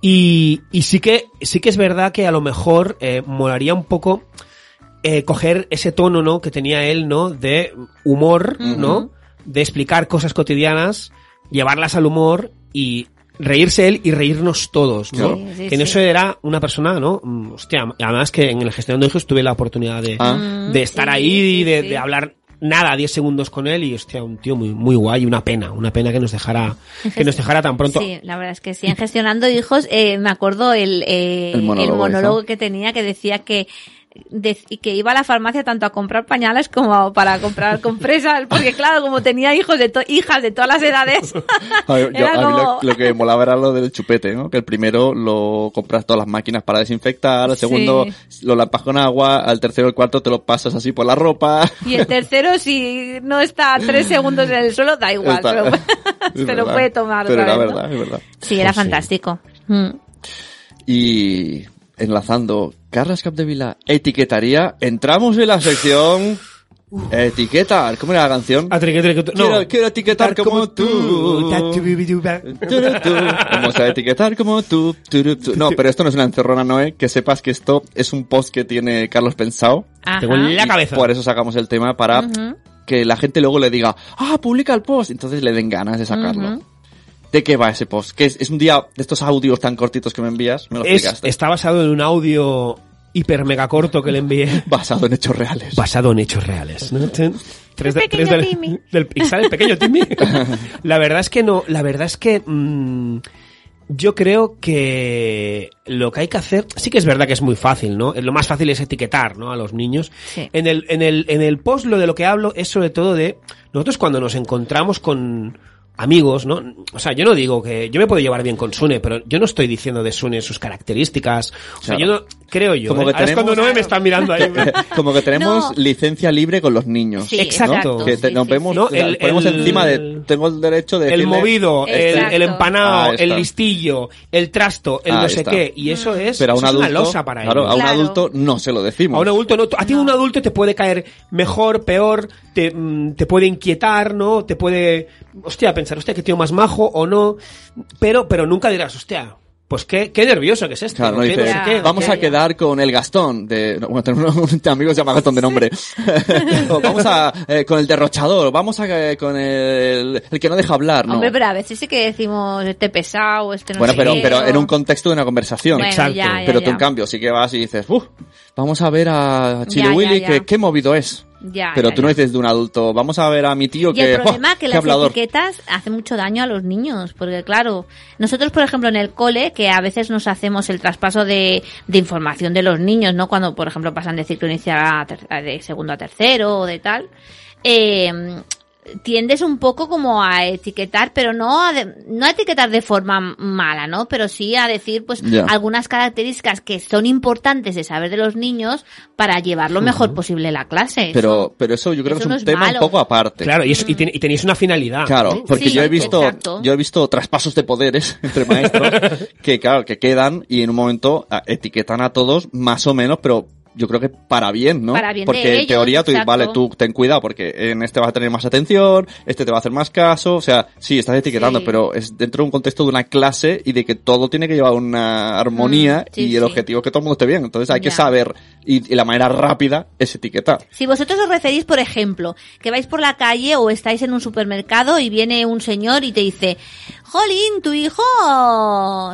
S4: Y, y sí que, sí que es verdad que a lo mejor eh, molaría un poco eh, coger ese tono, ¿no? Que tenía él, ¿no? De humor, ¿no? De explicar cosas cotidianas, llevarlas al humor y reírse él y reírnos todos, ¿no?
S3: Sí, sí,
S4: que en
S3: sí.
S4: eso era una persona, ¿no? Mm, Hostia, además que en el gestión de hijos tuve la oportunidad de,
S3: Mm.
S2: Ah.
S4: de estar
S3: Sí,
S4: ahí y
S3: sí,
S4: de,
S3: sí.
S4: de hablar nada 10 segundos con él y hostia, un tío muy muy guay, y una pena, una pena que nos dejara que nos dejara tan pronto.
S3: Sí, la verdad es que sí. En Gestionando Hijos, eh, me acuerdo el, eh,
S2: El
S3: el
S2: monólogo
S3: monólogo,
S2: hizo.
S3: que tenía que decía que de- que iba a la farmacia tanto a comprar pañales como para comprar compresas, porque claro, como tenía hijos de to- hijas de todas las edades,
S2: A, ver, yo-
S3: Era
S2: a mí lo,
S3: como-
S2: lo que molaba era lo del chupete, ¿no? Que el primero lo compras todas las máquinas para desinfectar, el
S3: Sí.
S2: segundo lo lampas con agua, al tercero el cuarto te lo pasas así por la ropa.
S3: y el tercero si no está tres segundos en el suelo, da igual,
S2: Está-
S3: pero,
S2: Es
S3: pero
S2: verdad.
S3: puede tomar.
S2: Pero
S3: otra
S2: era
S3: vez, ¿no?
S2: verdad, es verdad.
S3: Sí, era
S4: Pues sí.
S3: fantástico. Mm.
S2: Y enlazando, Carlos Capdevila etiquetaría, entramos en la sección etiquetar. ¿Cómo era la canción?
S4: Ah, triqui, triqui, tu- no.
S2: Quiero, quiero etiquetar como tú. Turu, tu. Vamos a etiquetar como tú. turu, tu. No, pero esto no es una encerrona, Noé. Que sepas que esto es un post que tiene Carlos pensado.
S3: Ajá.
S4: Tengo el- La
S2: Y
S4: cabeza.
S2: Por eso sacamos el tema para
S3: Ujú.
S2: que la gente luego le diga, ah, publica el post. Entonces le den ganas de sacarlo.
S3: Ujú.
S2: ¿De qué va ese post? Que es, es un día de estos audios tan cortitos que me envías. Me lo
S4: Es-
S2: explicaste.
S4: está basado en un audio hiper mega corto que le envié.
S2: Basado en hechos reales.
S4: basado en hechos reales. ¿no? Ten- Tres,
S3: El pequeño
S4: del,
S3: Timmy.
S4: del- y sale el pequeño Timmy. la verdad es que no, la verdad es que mm, yo creo que lo que hay que hacer, sí que es verdad que es muy fácil, ¿no? Lo más fácil es etiquetar, ¿no? A los niños.
S3: Sí.
S4: En el, en el, en el post lo de lo que hablo es sobre todo de nosotros cuando nos encontramos con amigos, ¿no? O sea, yo no digo que yo me puedo llevar bien con Sune, pero yo no estoy diciendo de Sune sus características. O sea,
S2: Claro.
S4: yo no creo yo.
S2: Como
S4: ¿eh?
S2: que
S4: Ahora es
S2: tenemos-
S4: cuando Noé me está mirando ahí.
S2: Como que tenemos
S3: No.
S2: licencia libre con los niños.
S3: Sí,
S2: ¿no?
S4: exacto.
S2: Que te-
S3: Sí,
S2: nos
S3: sí,
S2: vemos,
S3: sí.
S4: No,
S2: o sea,
S4: el-
S2: ponemos
S4: el-
S2: encima de, tengo el derecho de
S4: el
S2: decirle- Ah,
S4: movido, el,
S3: Exacto.
S4: el empanado,
S2: Ahí
S4: el
S2: está.
S4: listillo, el trasto, el
S2: Ahí
S4: no sé
S2: está.
S4: qué. Y eso es,
S2: pero a un
S4: eso es
S2: adulto,
S4: una losa para
S2: claro,
S4: ellos.
S2: a un
S3: Claro.
S2: adulto no se lo decimos.
S4: A un adulto no. A ti un adulto te puede caer mejor, peor, te, mm, te puede inquietar, ¿no? Te puede, hostia, pensar, hostia, qué tío más majo o no. Pero, pero nunca dirás, hostia, pues qué, qué nervioso que es este.
S2: Claro,
S4: o
S2: no
S4: qué
S2: dice,
S4: no sé qué, o
S2: vamos
S4: qué".
S2: a quedar con el Gastón de no, bueno, tenemos un amigo que se llama Gastón de nombre. O vamos a eh, con el derrochador, vamos a eh, con el, el que no deja hablar, ¿no?
S3: Hombre, pero a veces sí que decimos este pesado, este no
S2: bueno,
S3: sé
S2: pero
S3: qué,
S2: pero
S3: o-
S2: en un contexto de una conversación.
S3: Bueno,
S4: Exacto.
S3: ya, ya,
S2: pero tú
S3: ya.
S2: en cambio sí que vas y dices, "Uf, vamos a ver a Chili
S3: Ya, ya,
S2: Willy
S3: ya.
S2: que qué movido es."
S3: Ya,
S2: Pero
S3: ya,
S2: tú no
S3: ya.
S2: dices de un adulto, vamos a ver a mi tío
S3: Y
S2: que
S3: el problema
S2: ¡buah,
S3: es que
S2: qué
S3: las
S2: hablador!
S3: etiquetas hacen mucho daño a los niños, porque claro, nosotros por ejemplo en el cole, que a veces nos hacemos el traspaso de, de información de los niños, ¿no? Cuando por ejemplo pasan de ciclo inicial a ter- a de segundo a tercero o de tal, eh, tiendes un poco como a etiquetar, pero no a, de- no a etiquetar de forma mala, ¿no? Pero sí a decir, pues,
S2: Ya.
S3: algunas características que son importantes de saber de los niños para llevar lo mejor posible la clase.
S2: Pero pero eso yo creo
S3: Eso
S2: que
S3: no
S2: es un
S3: es
S2: tema
S3: malo.
S2: un poco aparte.
S4: Claro, y, eso- y ten- y tenéis una finalidad.
S2: Claro,
S4: ¿no?
S2: porque
S3: Sí,
S2: yo he visto,
S3: exacto.
S2: yo he visto traspasos de poderes entre maestros que, claro, que quedan y en un momento ah, etiquetan a todos más o menos, pero yo creo que para bien, ¿no?
S3: Para bien de
S2: porque en
S3: ellos,
S2: teoría tú, dices,
S3: exacto.
S2: vale, tú ten cuidado porque en este vas a tener más atención, este te va a hacer más caso, o sea, sí, estás etiquetando,
S3: Sí.
S2: pero es dentro de un contexto de una clase y de que todo tiene que llevar una armonía
S3: Mm, sí,
S2: y el
S3: sí.
S2: objetivo es que todo el mundo esté bien, entonces hay que
S3: Ya.
S2: saber y, y la manera rápida es etiquetar.
S3: Si vosotros os referís, por ejemplo, que vais por la calle o estáis en un supermercado y viene un señor y te dice, jolín, tu hijo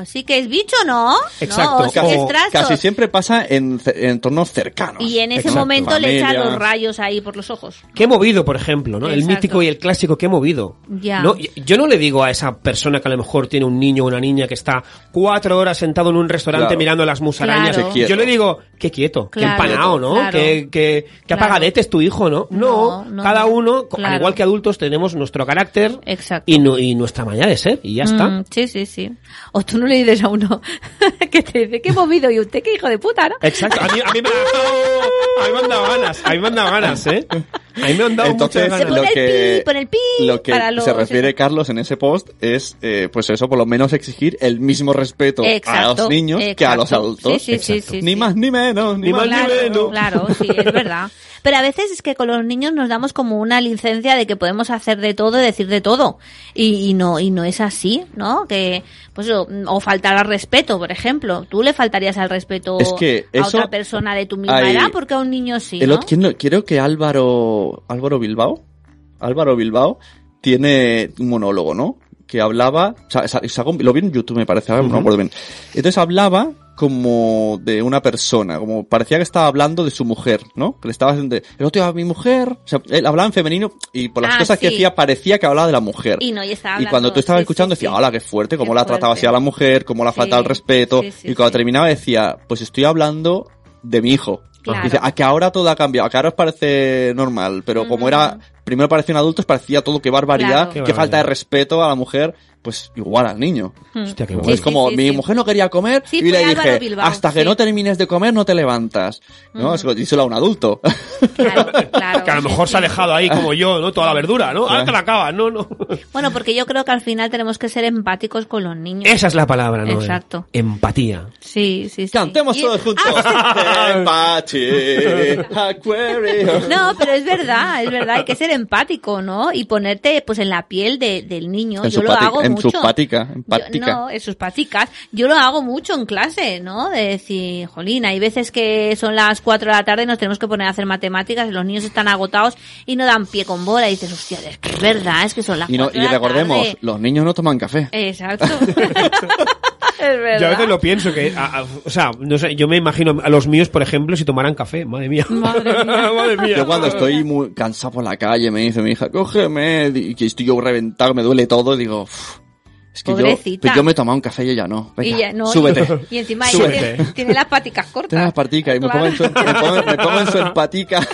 S3: sí que es bicho, ¿no?
S4: Exacto.
S3: No, sí que es
S4: O
S3: trasto.
S2: Casi siempre pasa en ce- en entornos cercanos.
S3: Y en ese
S2: Exacto.
S3: momento le echa
S2: Familia.
S3: los rayos ahí por los ojos.
S4: Qué movido, por ejemplo, ¿no? El
S3: Exacto.
S4: mítico y el clásico, qué movido.
S3: Ya.
S4: No, y- yo no le digo a esa persona que a lo mejor tiene un niño o una niña que está cuatro horas sentado en un restaurante
S2: Claro.
S4: mirando a las musarañas.
S3: Claro.
S2: Qué
S4: Yo le
S2: quieto.
S4: digo, qué quieto,
S3: Claro,
S4: qué empanado, ¿no?
S3: claro.
S4: Qué, qué- qué
S3: Claro.
S4: apagadete es tu hijo, ¿no? No,
S3: No, no,
S4: cada
S3: no.
S4: uno, co-
S3: Claro.
S4: al igual que adultos, tenemos nuestro carácter
S3: Exacto.
S4: y, nu- y nuestra manera de ser, y ya está.
S3: Mm, sí, sí, sí. O tú no le dices a uno que te dice, qué movido, y usted qué hijo de puta, ¿no?
S4: Exacto, a mí, a mí me ha- a mí me han dado ganas, a mí me han dado ganas, ¿eh? A mí me han dado
S2: Entonces,
S4: muchas
S3: Se
S4: ganas.
S3: pone
S2: lo
S3: el
S2: que-
S3: pi, pone el pi
S2: Lo que
S3: para los-
S2: se refiere Carlos en ese post es, eh, pues eso, por lo menos exigir el mismo respeto a
S3: Exacto,
S2: los niños que a los
S3: exacto.
S2: adultos.
S3: Sí, sí, sí,
S2: Exacto.
S3: sí,
S2: ni
S3: sí.
S2: más ni menos, ni,
S4: Ni
S2: más
S4: más
S2: ni
S3: claro,
S2: menos.
S3: claro, sí, es verdad. Pero a veces es que con los niños nos damos como una licencia de que podemos hacer de todo y decir de todo. Y, y no y no es así, ¿no? Que pues o, o faltar al respeto, por ejemplo. Tú le faltarías al respeto
S2: Es que
S3: a
S2: eso-
S3: otra persona de tu misma
S2: hay-
S3: edad porque a un niño sí,
S2: El
S3: ¿no?
S2: otro- ¿quién lo- creo que Álvaro, Álvaro Bilbao, Álvaro Bilbao tiene un monólogo, ¿no? Que hablaba, o sea, sa- sacó- lo vi en YouTube me parece, ahora no me acuerdo bien. Entonces hablaba como de una persona, como parecía que estaba hablando de su mujer, ¿no? Que le estaba haciendo, de, el otro día mi mujer, o sea, él hablaba en femenino y por las
S3: Ah,
S2: cosas que
S3: sí.
S2: decía parecía que hablaba de la mujer.
S3: Y no, y estaba
S2: Y
S3: hablando,
S2: cuando tú estabas
S3: sí,
S2: escuchando
S3: sí,
S2: decía,
S3: sí.
S2: hola, qué fuerte, cómo
S3: Qué
S2: la trataba
S3: fuerte.
S2: así a la mujer, cómo la
S3: Sí,
S2: falta al respeto.
S3: sí, sí,
S2: y cuando
S3: sí.
S2: terminaba decía, pues estoy hablando de mi hijo.
S3: Claro.
S2: Dice, a que ahora todo ha cambiado, a que ahora os parece normal, pero como era, primero parecían adultos, parecía todo que barbaridad,
S3: Claro.
S2: que
S4: Qué
S2: falta de
S4: barbaridad.
S2: respeto a la mujer, pues igual al niño.
S4: Hostia, qué
S2: es
S4: guay.
S3: Hmm. sí,
S2: como,
S3: sí,
S2: mi
S3: sí.
S2: mujer no quería comer
S3: Sí,
S2: y
S3: fue
S2: le
S3: Álvaro
S2: dije,
S3: Bilbao,
S2: hasta que
S3: sí.
S2: no termines de comer no te levantas. ¿No? Eso díselo a un adulto.
S3: Claro, claro.
S4: Que a lo
S3: sí,
S4: mejor se ha
S3: sí.
S4: dejado ahí como yo, ¿no? Toda la verdura, ¿no? Ahora te la acabas, no, no.
S3: Bueno, porque yo creo que al final tenemos que ser empáticos con los niños.
S4: Esa es la palabra, ¿no?
S3: Exacto.
S4: Empatía.
S3: Sí, sí, sí.
S2: Cantemos
S3: Y- Ah,
S2: todos juntos. Tempachi, Aquarius.
S3: No, pero es verdad, es verdad, hay que ser empático, ¿no? Y ponerte pues en la piel de- del niño.
S2: En
S3: Yo
S2: su
S3: lo
S2: pati-
S3: hago
S2: en
S3: mucho.
S2: su pática, en
S3: Yo-
S2: pática.
S3: no, en sus paticas. Yo lo hago mucho en clase, ¿no? De decir, jolín, hay veces que son las 4 de la tarde y nos tenemos que poner a hacer matemáticas y los niños están agotados y no dan pie con bola. Y dices, hostia, es que es verdad, es que son las
S2: Y, no-
S3: 4
S2: y
S3: de la
S2: recordemos,
S3: tarde". Eh,
S2: los niños no toman café.
S3: Exacto. es verdad.
S4: Yo a veces lo pienso que, a- a- o sea, no sé, yo me imagino a los míos, por ejemplo, si tomaran café, madre mía.
S3: Madre mía.
S4: Madre mía.
S2: Yo cuando estoy muy cansado por la calle me dice mi hija, cógeme, y que estoy yo reventado, me duele todo, digo, "Uf, es que yo,
S3: Pobrecita.
S2: pero yo me he tomado un café y ella no. Venga,
S3: y ya, no,
S2: súbete.
S3: Y, y encima ahí
S4: Súbete.
S3: tiene, tiene las paticas cortas.
S2: Ten las paticas y me
S3: Claro.
S2: pongo en su, me pongo- me pongo en su empatica.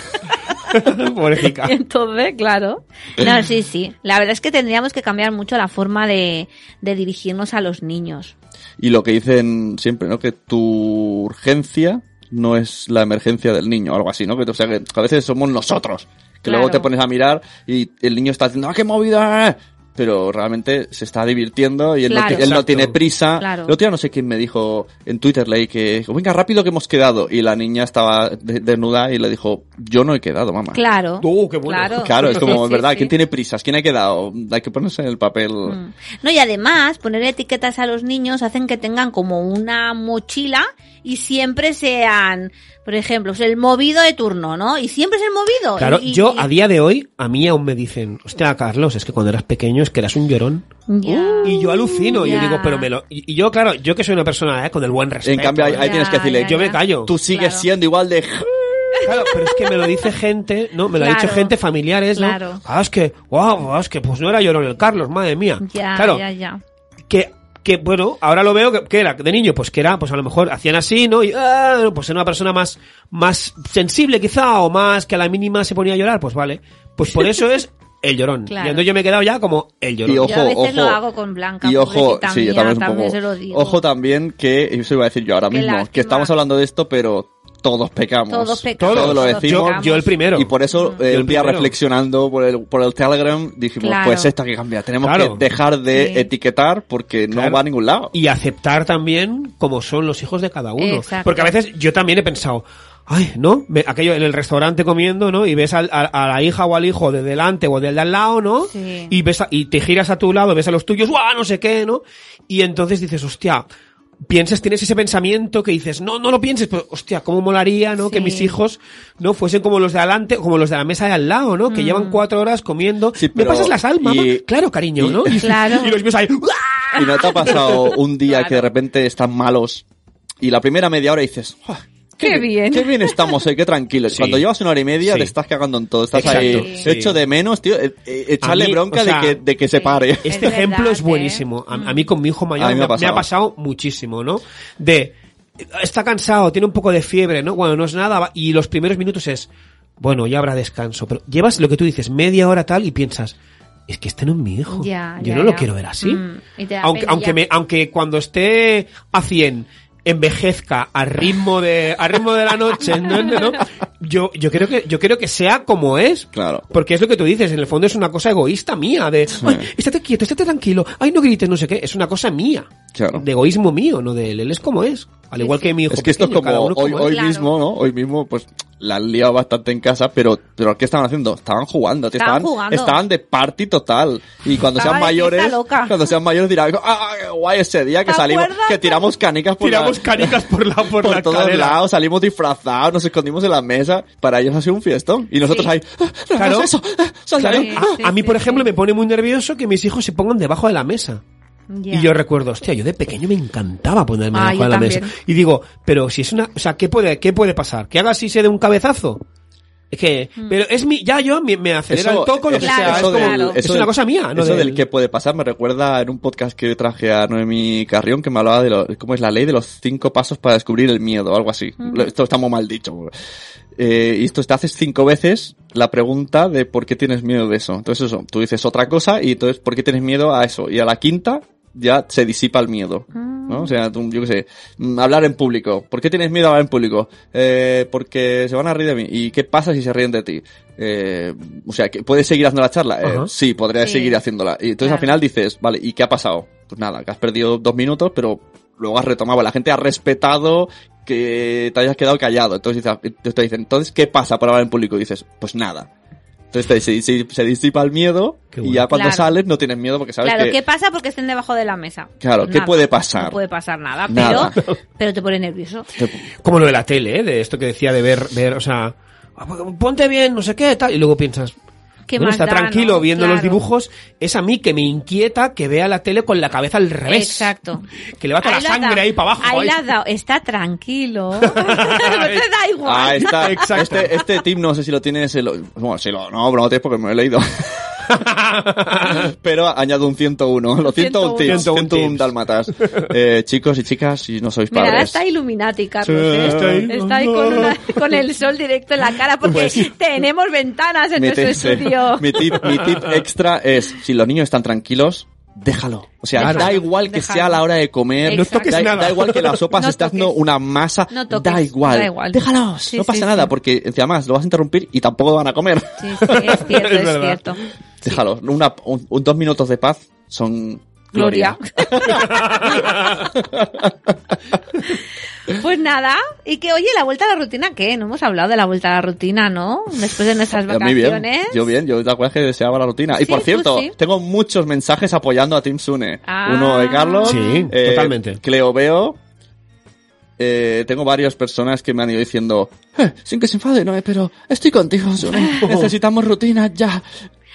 S4: Pobrecita.
S3: Y entonces, claro. No, sí, sí. La verdad es que tendríamos que cambiar mucho la forma de, de dirigirnos a los niños.
S2: Y lo que dicen siempre, ¿no? Que tu urgencia no es la emergencia del niño, algo así, ¿no? Que, o sea, que a veces somos nosotros. Que luego
S3: Claro.
S2: te pones a mirar y el niño está diciendo, ¡ah, qué movida! Pero realmente se está divirtiendo y él, no,
S3: Claro.
S2: ti- él no
S4: Exacto.
S2: tiene prisa.
S3: Claro.
S2: El otro día no sé quién me dijo en Twitter, leí que, venga, rápido que hemos quedado. Y la niña estaba de- desnuda y le dijo, yo no he quedado, mamá.
S3: Claro.
S4: Uh, qué bueno.
S3: Claro,
S2: Claro, es como,
S3: Sí, sí,
S2: ¿verdad?
S3: sí.
S2: ¿Quién tiene prisas? ¿Quién ha quedado? Hay que ponerse en el papel.
S3: Mm. No, y además, poner etiquetas a los niños hacen que tengan como una mochila y siempre sean, por ejemplo, es el movido de turno, ¿no? Y siempre es el movido.
S4: Claro,
S3: Y- y-
S4: yo
S3: y-
S4: a día de hoy, a mí aún me dicen, hostia, Carlos, es que cuando eras pequeño es que eras un llorón.
S3: Ya.
S4: Uh, Y yo alucino, y yo
S3: Ya.
S4: digo, pero me lo... Y y yo, claro, yo que soy una persona eh, con el buen respeto.
S2: En cambio, ahí,
S4: eh,
S2: ahí tienes que
S3: Ya,
S2: decirle,
S3: ya,
S4: yo
S2: "Yo-
S4: me callo.
S2: tú sigues
S3: Claro.
S2: siendo igual de...
S4: Claro, pero es que me lo dice gente, ¿no? Me lo ha
S3: Claro.
S4: dicho gente, familiares, ¿no?
S3: Claro.
S4: Ah, es que, wow, es que pues no era llorón el Carlos, madre mía.
S3: Ya,
S4: claro,
S3: ya, ya.
S4: que que bueno, ahora lo veo que, que era de niño, pues que era, pues a lo mejor hacían así, ¿no? Y ah, pues era una persona más más sensible quizá o más que a la mínima se ponía a llorar, pues vale. Pues por eso es el llorón.
S3: Claro.
S4: Y entonces yo me he quedado ya como el llorón.
S2: Y ojo,
S3: yo a veces
S2: ojo.
S3: lo hago con Blanca.
S2: Y ojo,
S3: pobrecita
S2: sí, yo
S3: mía,
S2: también, un poco-
S3: se lo digo.
S2: Ojo también que, eso iba a decir yo ahora
S3: Qué
S2: mismo, que
S3: lástima.
S2: estamos hablando de esto, pero todos pecamos.
S3: Todos pecamos.
S2: Todos lo
S3: todos
S2: decimos.
S4: yo, yo el primero.
S2: Y por eso, eh,
S4: Yo el
S2: un día
S4: primero.
S2: reflexionando por el, por el Telegram, dijimos,
S3: Claro.
S2: pues esto hay que cambiar. Tenemos
S4: Claro.
S2: que dejar de
S3: Sí.
S2: etiquetar porque no
S4: Claro.
S2: va a ningún lado.
S4: y aceptar también cómo son los hijos de cada uno.
S3: Exacto.
S4: Porque a veces yo también he pensado, ay, ¿no? Me- aquello en el restaurante comiendo, ¿no? Y ves al- a, a la hija o al hijo de delante o del de al lado, ¿no?
S3: Sí.
S4: Y, ves a- y te giras a tu lado, ves a los tuyos, ¡guau! No sé qué, ¿no? Y entonces dices, hostia. piensas, tienes ese pensamiento que dices, no, no lo pienses, pero hostia, cómo molaría, ¿no? Que
S3: Sí.
S4: mis hijos no fuesen como los de adelante, como los de la mesa de al lado, ¿no? Que
S3: Mm.
S4: llevan cuatro horas comiendo.
S2: Sí,
S4: ¿Me
S2: pero-
S4: pasas las almas?
S2: y-
S4: Claro, cariño,
S2: y-
S4: ¿no? Y,
S3: Claro.
S4: y los míos ahí, ¡guau!
S2: ¿Y no te ha pasado un día que de repente están malos y la primera media hora dices, "Buah,
S3: Qué bien".
S2: Qué bien estamos, eh, qué tranquilos.
S4: Sí.
S2: Cuando llevas una hora y media
S4: Sí.
S2: te estás cagando en todo, estás
S4: Exacto,
S2: ahí
S4: sí.
S2: hecho de menos, tío. eh, eh, echarle
S4: mí,
S2: bronca
S4: o sea,
S2: de, que, de que se
S3: sí.
S2: pare.
S3: Es
S4: Este
S3: verdad,
S4: ejemplo es
S3: ¿eh?
S4: buenísimo. A, a mí con mi hijo mayor
S2: A mí
S4: me,
S2: me
S4: ha
S2: ha
S4: me ha pasado muchísimo, ¿no? De, está cansado, tiene un poco de fiebre, ¿no? Bueno, no es nada, va- y los primeros minutos es, bueno, ya habrá descanso, pero llevas lo que tú dices, media hora tal, y piensas, es que este no es mi hijo.
S3: Ya,
S4: Yo
S3: ya,
S4: no lo
S3: ya.
S4: quiero ver así.
S3: Mm, y te da
S4: aunque,
S3: pena
S4: aunque,
S3: ya.
S4: me, aunque cuando esté a 100 envejezca al ritmo de al ritmo de la noche ¿no? ¿no? yo yo creo que yo creo que sea como es
S2: Claro.
S4: porque es lo que tú dices, en el fondo es una cosa egoísta mía, de, ay, estate quieto, estate tranquilo, ay, no grites, no sé qué, es una cosa mía,
S2: Claro.
S4: de egoísmo mío, no de él, él es como es, al igual que mi hijo.
S2: Es que esto es
S4: pequeño,
S2: como
S4: cada uno
S2: hoy,
S4: como
S2: hoy
S4: es.
S3: Claro.
S2: mismo, ¿no? Hoy mismo, pues, la han liado bastante en casa, pero, pero ¿qué estaban haciendo? Estaban jugando, tío,
S3: Estaban
S2: estaban,
S3: jugando.
S2: estaban de party total. Y cuando
S3: Estaba
S2: sean
S3: de fiesta
S2: mayores,
S3: loca.
S2: cuando sean mayores dirán, "Ah, ah, qué guay ese día que
S3: ¿Te
S2: salimos,
S3: acuerdas?
S2: que tiramos canicas por la-
S4: Tiramos canicas por la, por
S2: por
S4: la
S2: todos
S4: escalera.
S2: lados, salimos disfrazados, nos escondimos en la mesa. Para ellos ha sido un fiestón. Y nosotros
S3: Sí.
S2: ahí, "Ah, no
S4: Claro.
S2: hagas eso, ah, sal de
S4: Claro,
S2: ahí".
S3: Sí,
S4: a,
S3: sí,
S4: a mí,
S3: sí,
S4: por
S3: sí.
S4: ejemplo, me pone muy nervioso que mis hijos se pongan debajo de la mesa.
S3: Ya.
S4: Y yo recuerdo, hostia, yo de pequeño me encantaba ponerme
S3: Ah,
S4: debajo
S3: yo
S4: de la
S3: también.
S4: mesa. Y digo, pero si es una, o sea, ¿qué puede, qué puede pasar? ¿Que haga así se dé un cabezazo? Es que,
S3: Mm.
S4: pero es mi, ya yo me, me acelera el toco, lo que
S3: Claro,
S4: sea. es,
S3: eso
S4: como-
S3: claro.
S4: es
S2: eso
S4: una
S2: del-
S4: cosa mía, ¿no?
S2: Eso
S4: del-
S2: del que puede pasar me recuerda en un podcast que traje a Noemi Carrión que me hablaba de lo- cómo es la ley de los cinco pasos para descubrir el miedo o algo así. Esto está muy mal dicho. Eh, y esto te haces cinco veces la pregunta de por qué tienes miedo de eso. Entonces eso, tú dices otra cosa y entonces por qué tienes miedo a eso. Y a la quinta ya se disipa el miedo. ¿no? O sea, tú, yo qué sé, mm, hablar en público. ¿Por qué tienes miedo a hablar en público? Eh, porque se van a reír de mí. ¿Y qué pasa si se ríen de ti? Eh, o sea, que ¿puedes seguir haciendo la charla? Eh,
S4: Ajá.
S2: sí, podría
S3: Sí.
S2: seguir haciéndola. Y entonces
S3: Claro.
S2: al final dices, vale, ¿y qué ha pasado? Pues nada, que has perdido dos minutos, pero luego has retomado. La gente ha respetado que te hayas quedado callado. Entonces dices, entonces te dicen, entonces, ¿qué pasa por hablar en público? Y dices, pues nada. Entonces te- se, se- se disipa el miedo
S4: Qué
S2: y
S4: bueno.
S2: ya cuando
S3: Claro.
S2: sales no tienes miedo porque sabes
S3: Claro,
S2: que...
S3: ¿qué pasa porque estén debajo de la mesa?
S2: Claro, ¿qué
S3: Nada,
S2: puede pasar?
S3: No puede pasar nada,
S2: Nada.
S3: pero pero te pone nervioso.
S4: como lo de la tele, ¿eh? de esto que decía de ver, ver, o sea, "Ah, pues, ponte bien, no sé qué, tal, y luego piensas,
S3: ¿Qué
S4: bueno,
S3: más
S4: está
S3: da,
S4: tranquilo
S3: no?
S4: viendo los
S3: Claro.
S4: dibujos, es a mí que me inquieta que vea la tele con la cabeza al revés.
S3: Exacto.
S4: Que le va toda
S3: Ahí
S4: la
S3: lo has
S4: sangre
S3: dado.
S4: ahí para abajo.
S3: Ahí
S4: ahí.
S3: la has dado. Está tranquilo. No te da igual.
S2: Ah, está.
S4: Exacto.
S2: Este, este tip no sé si lo tienes. el- bueno, si lo, no, pero no tienes porque me lo he leído. pero añado un 101. Los 101 tips.
S4: 101
S2: 101,
S4: tips.
S2: dálmatas. Eh, chicos y chicas, si no sois
S3: Mira, ahora
S2: padres.
S3: está Illuminati, Carlos.
S2: Sí,
S3: ¿eh?
S2: está ahí.
S3: Está ahí con, una- con el sol directo en la cara porque
S4: Pues,
S3: tenemos ventanas en
S2: mi,
S3: nuestro
S2: tip-
S3: estudio.
S2: mi tip, mi tip extra es, si los niños están tranquilos, déjalo. O sea,
S4: Claro.
S2: da igual que
S3: Déjalo.
S2: sea la hora de comer.
S3: No toques
S2: da,
S4: nada.
S2: da igual que la sopa
S3: No
S2: se está haciendo
S3: toques.
S2: una masa.
S3: No toques,
S2: da, igual.
S3: da igual.
S2: Déjalos.
S3: Sí,
S2: no
S3: sí,
S2: pasa
S3: sí.
S2: nada porque, encima más, lo vas a interrumpir y tampoco van a comer.
S3: Sí, sí, es cierto,
S4: Es
S3: es,
S4: verdad.
S3: cierto.
S2: Déjalo. Una, un, un- dos minutos de paz son gloria.
S3: Gloria. pues nada, y que oye, la vuelta a la rutina, ¿qué? No hemos hablado de la vuelta a la rutina, ¿no? Después de nuestras
S2: A mí bien.
S3: vacaciones.
S2: Yo bien, yo te acuerdas que deseaba la rutina.
S3: Sí,
S2: y por
S3: tú
S2: cierto,
S3: sí.
S2: tengo muchos mensajes apoyando a Team Sune.
S3: Ah.
S2: Uno de Carlos. eh,
S4: Sí, totalmente.
S2: Cleo Veo. Eh, tengo varias personas que me han ido diciendo, "Eh, sin que se enfade, no, eh, pero estoy contigo, Sune. Necesitamos rutina ya.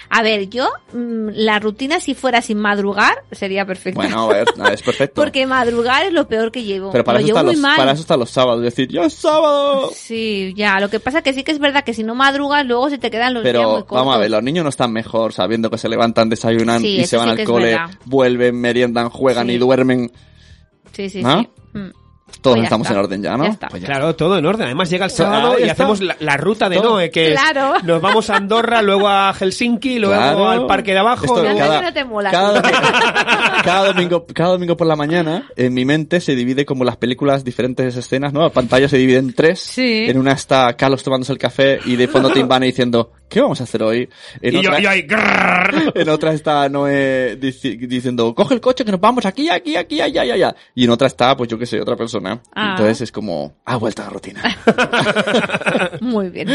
S3: A ver, yo, mm, la rutina si fuera sin madrugar, sería perfecta.
S2: Bueno, a ver, es perfecto.
S3: Porque madrugar es lo peor que llevo.
S2: pero para
S3: lo
S2: eso,
S3: llevo
S2: están
S3: muy
S2: los,
S3: mal.
S2: para eso están los sábados. Decir, ya es sábado.
S3: Sí, ya. Lo que pasa que sí que es verdad que si no madrugas, luego se te quedan los días muy
S2: Pero
S3: cortos.
S2: vamos a ver, los niños no están mejor sabiendo que se levantan, desayunan
S3: Sí,
S2: y
S3: eso
S2: se van
S3: sí que
S2: al
S3: es
S2: cole,
S3: verdad.
S2: vuelven, meriendan, juegan
S3: Sí.
S2: y duermen.
S3: Sí, sí,
S2: ¿Ah?
S3: sí. Mm.
S2: Todos
S3: Pues ya
S2: estamos
S3: está.
S2: en orden ya, ¿no?
S3: Ya está.
S2: Pues ya
S4: Claro, todo en orden. Además llega el sábado
S2: Ahí
S4: y
S2: está.
S4: hacemos la, la ruta de
S2: Todo.
S4: Noé, que es-
S3: Claro.
S4: nos vamos a Andorra, luego a Helsinki, luego
S2: Claro.
S4: al parque de abajo.
S2: Esto
S3: No,
S4: luego-
S3: no te mola.
S2: Cada domingo, cada domingo, cada domingo por la mañana, en mi mente se divide como las películas, diferentes escenas, ¿no? La pantalla se divide en tres.
S3: Sí.
S2: En una está Carlos tomándose el café y de fondo Tim Bane diciendo, ¿qué vamos a hacer hoy? En,
S4: Y yo,
S2: otra,
S4: yo ahí, grrrr.
S2: en otra está Noé dici- diciendo, coge el coche que nos vamos aquí, aquí, aquí, allá, allá, allá. Y en otra está, pues yo qué sé, otra persona.
S3: Ah.
S2: Entonces es como, ha vuelto a la rutina.
S3: Muy bien.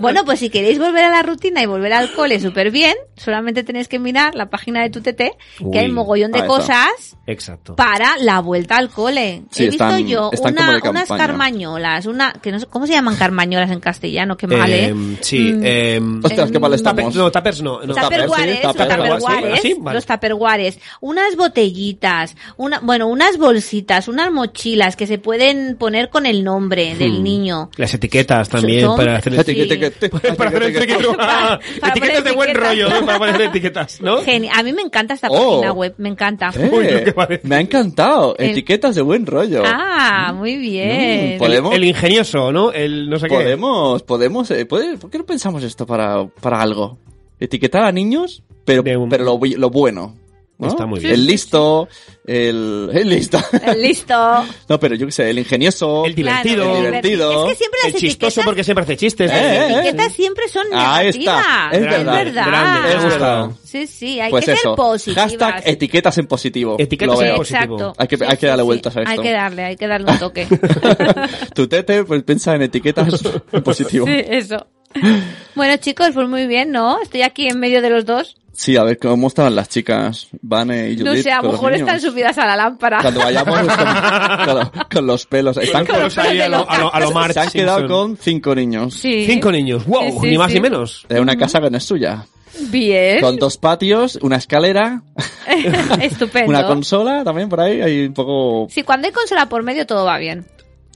S3: Bueno, pues si queréis volver a la rutina y volver al cole súper bien, solamente tenéis que mirar la página de tu TT,
S4: Uy,
S3: que hay mogollón de
S2: ahí está.
S3: cosas
S4: Exacto.
S3: para la vuelta al cole.
S2: Sí,
S3: He visto
S2: están-
S3: yo
S2: están
S3: una-
S2: como de
S3: unas
S2: campaña.
S3: carmañolas, una, que no sé, ¿cómo se llaman carmañolas en castellano? Qué mal, ¿eh?
S4: Em, sí,
S3: Mm.
S4: em,
S2: Ostras, qué mal estamos.
S4: tape- no, tapers no. no.
S2: Tupper,
S3: Tupperwares,
S2: sí,
S3: los
S2: tupper,
S3: tupperwares,
S2: Ah,
S4: así, vale.
S3: los tupperwares, unas botellitas, una, bueno, unas bolsitas, unas mochilas que se pueden poner con el nombre
S2: Hmm.
S3: del niño.
S4: Las etiquetas también
S3: Son-
S4: para hacer
S3: Sí.
S4: Pues, para hacer etiquetas.
S3: Para- para
S4: etiquetas de
S3: poner
S4: buen
S3: etiquetas.
S4: rollo, ¿no? para poner etiquetas, ¿no?
S3: Geni- a mí me encanta esta
S2: Oh.
S3: página web, me encanta.
S2: Eh,
S4: Uy, lo que parece.
S2: me ha encantado.
S3: El-
S2: Etiquetas de buen rollo.
S3: Ah, muy bien.
S2: Mm, ¿Podemos?
S4: El ingenioso, ¿no? El no sé qué.
S2: podemos, podemos, eh, puede- ¿Por qué no pensamos esto para, para algo? Etiquetar a niños, pero,
S4: De un-
S2: pero lo, bu- lo bueno. ¿no?
S4: Está muy bien.
S2: El listo, el, el listo.
S3: Listo.
S2: no, pero yo qué sé, el ingenioso.
S4: El divertido.
S3: Claro,
S2: El divertido.
S3: Es que siempre
S4: El
S3: las
S4: chistoso
S3: etiquetas,
S4: porque siempre hace chistes.
S2: Eh, eh, eh.
S3: etiquetas siempre son
S2: Ahí está.
S3: negativas.
S2: Es
S3: Es
S2: verdad.
S3: verdad.
S4: Grande,
S2: me ha gustado.
S3: Sí, sí, hay
S2: pues
S3: que
S2: eso.
S3: ser positivas.
S2: Hashtag etiquetas en positivo.
S4: Etiquetas
S2: Lo
S4: en
S2: veo.
S4: positivo.
S3: Exacto.
S2: Hay que- hay que darle vueltas a
S3: Hay
S2: esto.
S3: que darle, hay que darle un toque.
S2: tu tete pues, piensa en etiquetas en positivo.
S3: Sí, eso. Bueno, chicos, pues muy bien, ¿no? Estoy aquí en medio de los dos.
S2: Sí, a ver cómo estaban las chicas, Vane y Judith.
S3: No sé, a
S2: con
S3: lo
S2: los
S3: mejor
S2: niños.
S3: están subidas a la lámpara.
S2: Cuando vayamos pues, con, con- con los pelos. Están
S3: Con los pelos
S4: ahí a
S3: de
S4: lo, a lo, a lo Marge
S2: se han quedado
S4: Simpson.
S2: con cinco niños.
S3: Sí.
S4: cinco niños. Wow,
S3: Sí, sí,
S4: ni más
S3: sí.
S4: ni menos.
S2: De una casa que no es suya.
S3: Bien.
S2: Con dos patios, una escalera,
S3: Estupendo.
S2: una consola también por ahí. Hay un poco.
S3: Sí, cuando hay consola por medio todo va bien.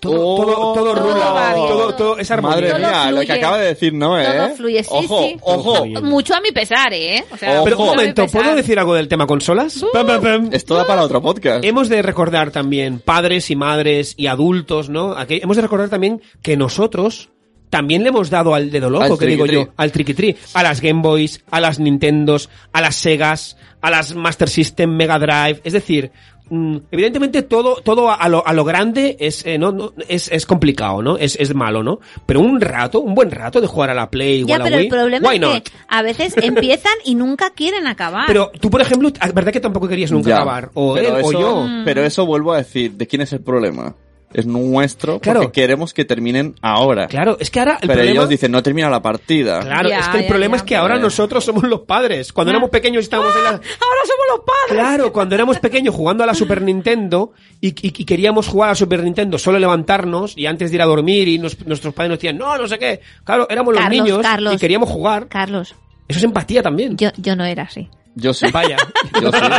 S4: Todo,
S2: Oh,
S4: todo, todo
S3: todo
S4: rula,
S3: va bien.
S4: todo, todo es armonía.
S2: Madre
S3: Todo
S2: mía, lo que
S3: fluye.
S2: acaba de decir, ¿no? ¿eh?
S3: Todo fluye, sí,
S2: ojo,
S3: sí.
S2: ojo.
S4: Bien.
S3: Mucho a mi pesar, ¿eh? O sea,
S4: Pero
S2: Ojo.
S4: un
S3: mucho a mi
S4: momento, ¿puedo
S3: pesar.
S4: decir algo del tema
S3: Uh.
S4: consolas? Pam, pam, pam.
S2: Esto da para otro podcast.
S4: Hemos de recordar también padres y madres y adultos, ¿no? Aquel- hemos de recordar también que nosotros también le hemos dado al dedo loco,
S2: Al
S4: que digo yo,
S2: triqui-tri.
S4: al triqui a las Game Boys, a las Nintendos, a las Segas, a las Master System, Mega Drive, es decir, mm, evidentemente todo todo a, a lo, a lo grande es eh, no, no, es, es complicado, ¿no? Es, es malo, ¿no? Pero un rato, un buen rato de jugar a la Play o a
S3: Ya,
S4: la
S3: pero
S4: Wii,
S3: el problema
S4: why
S3: es que Ah.
S4: not?
S3: a veces empiezan y nunca quieren acabar.
S4: Pero tú, por ejemplo, ¿verdad que tampoco querías nunca
S2: Ya.
S4: acabar? O
S2: pero
S4: él,
S2: eso,
S4: o yo.
S3: Mm.
S2: Pero eso vuelvo a decir, ¿de quién es el problema? Es nuestro,
S4: Claro.
S2: porque queremos que terminen ahora.
S4: Claro, es que ahora el
S2: pero
S4: problema...
S2: ellos dicen, no termina la partida.
S4: Claro,
S3: Ya,
S4: es que el
S3: ya,
S4: problema
S3: ya. pues. Ah.
S4: es que ahora
S2: Vale.
S4: nosotros somos los padres. Cuando
S3: Ya.
S4: éramos pequeños estábamos en la...
S3: ¡Ahora somos los padres!
S4: Claro, cuando éramos pequeños jugando a la Super Nintendo y, y- y queríamos jugar a la Super Nintendo, solo levantarnos y antes de ir a dormir y nos- nuestros padres nos decían, no, no sé qué. Claro, éramos los
S3: Carlos,
S4: niños
S3: Carlos.
S4: y queríamos jugar.
S3: Carlos,
S4: Eso es empatía también.
S3: yo, yo no era así.
S2: Yo sí.
S4: Vaya.
S2: Yo sí, yo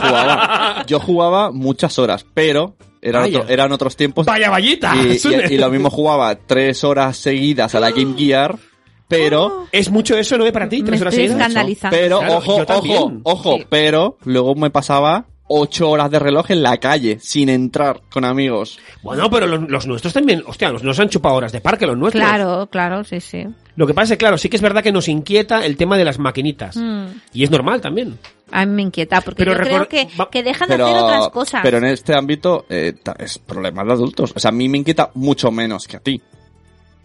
S2: jugaba. Yo jugaba muchas horas, pero eran,
S4: Vaya.
S2: otro- eran otros tiempos.
S4: Vaya vallita.
S2: Y, y-
S4: Sune.
S2: y lo mismo jugaba tres horas seguidas a la Game Gear, pero...
S4: Es mucho eso, ¿no? Para ti,
S3: Me
S4: tres horas
S3: estoy
S4: seguidas.
S3: escandalizando.
S2: Pero,
S4: Claro,
S2: ojo,
S4: yo también.
S2: ojo, ojo,
S3: Sí.
S2: pero luego me pasaba ocho horas de reloj en la calle, sin entrar con amigos.
S4: Bueno, pero los, los nuestros también, hostia, nos, nos han chupado horas de parque los nuestros.
S3: Claro, claro, sí, sí.
S4: Lo que pasa es que, claro, sí que es verdad que nos inquieta el tema de las maquinitas.
S3: Mm.
S4: Y es normal también.
S3: A mí me inquieta porque
S4: Pero
S3: yo
S4: recor-
S3: creo que,
S4: va-
S3: que dejan
S2: Pero,
S3: de hacer otras cosas.
S2: pero en este ámbito eh, ta- es problema de adultos. O sea, a mí me inquieta mucho menos que a ti.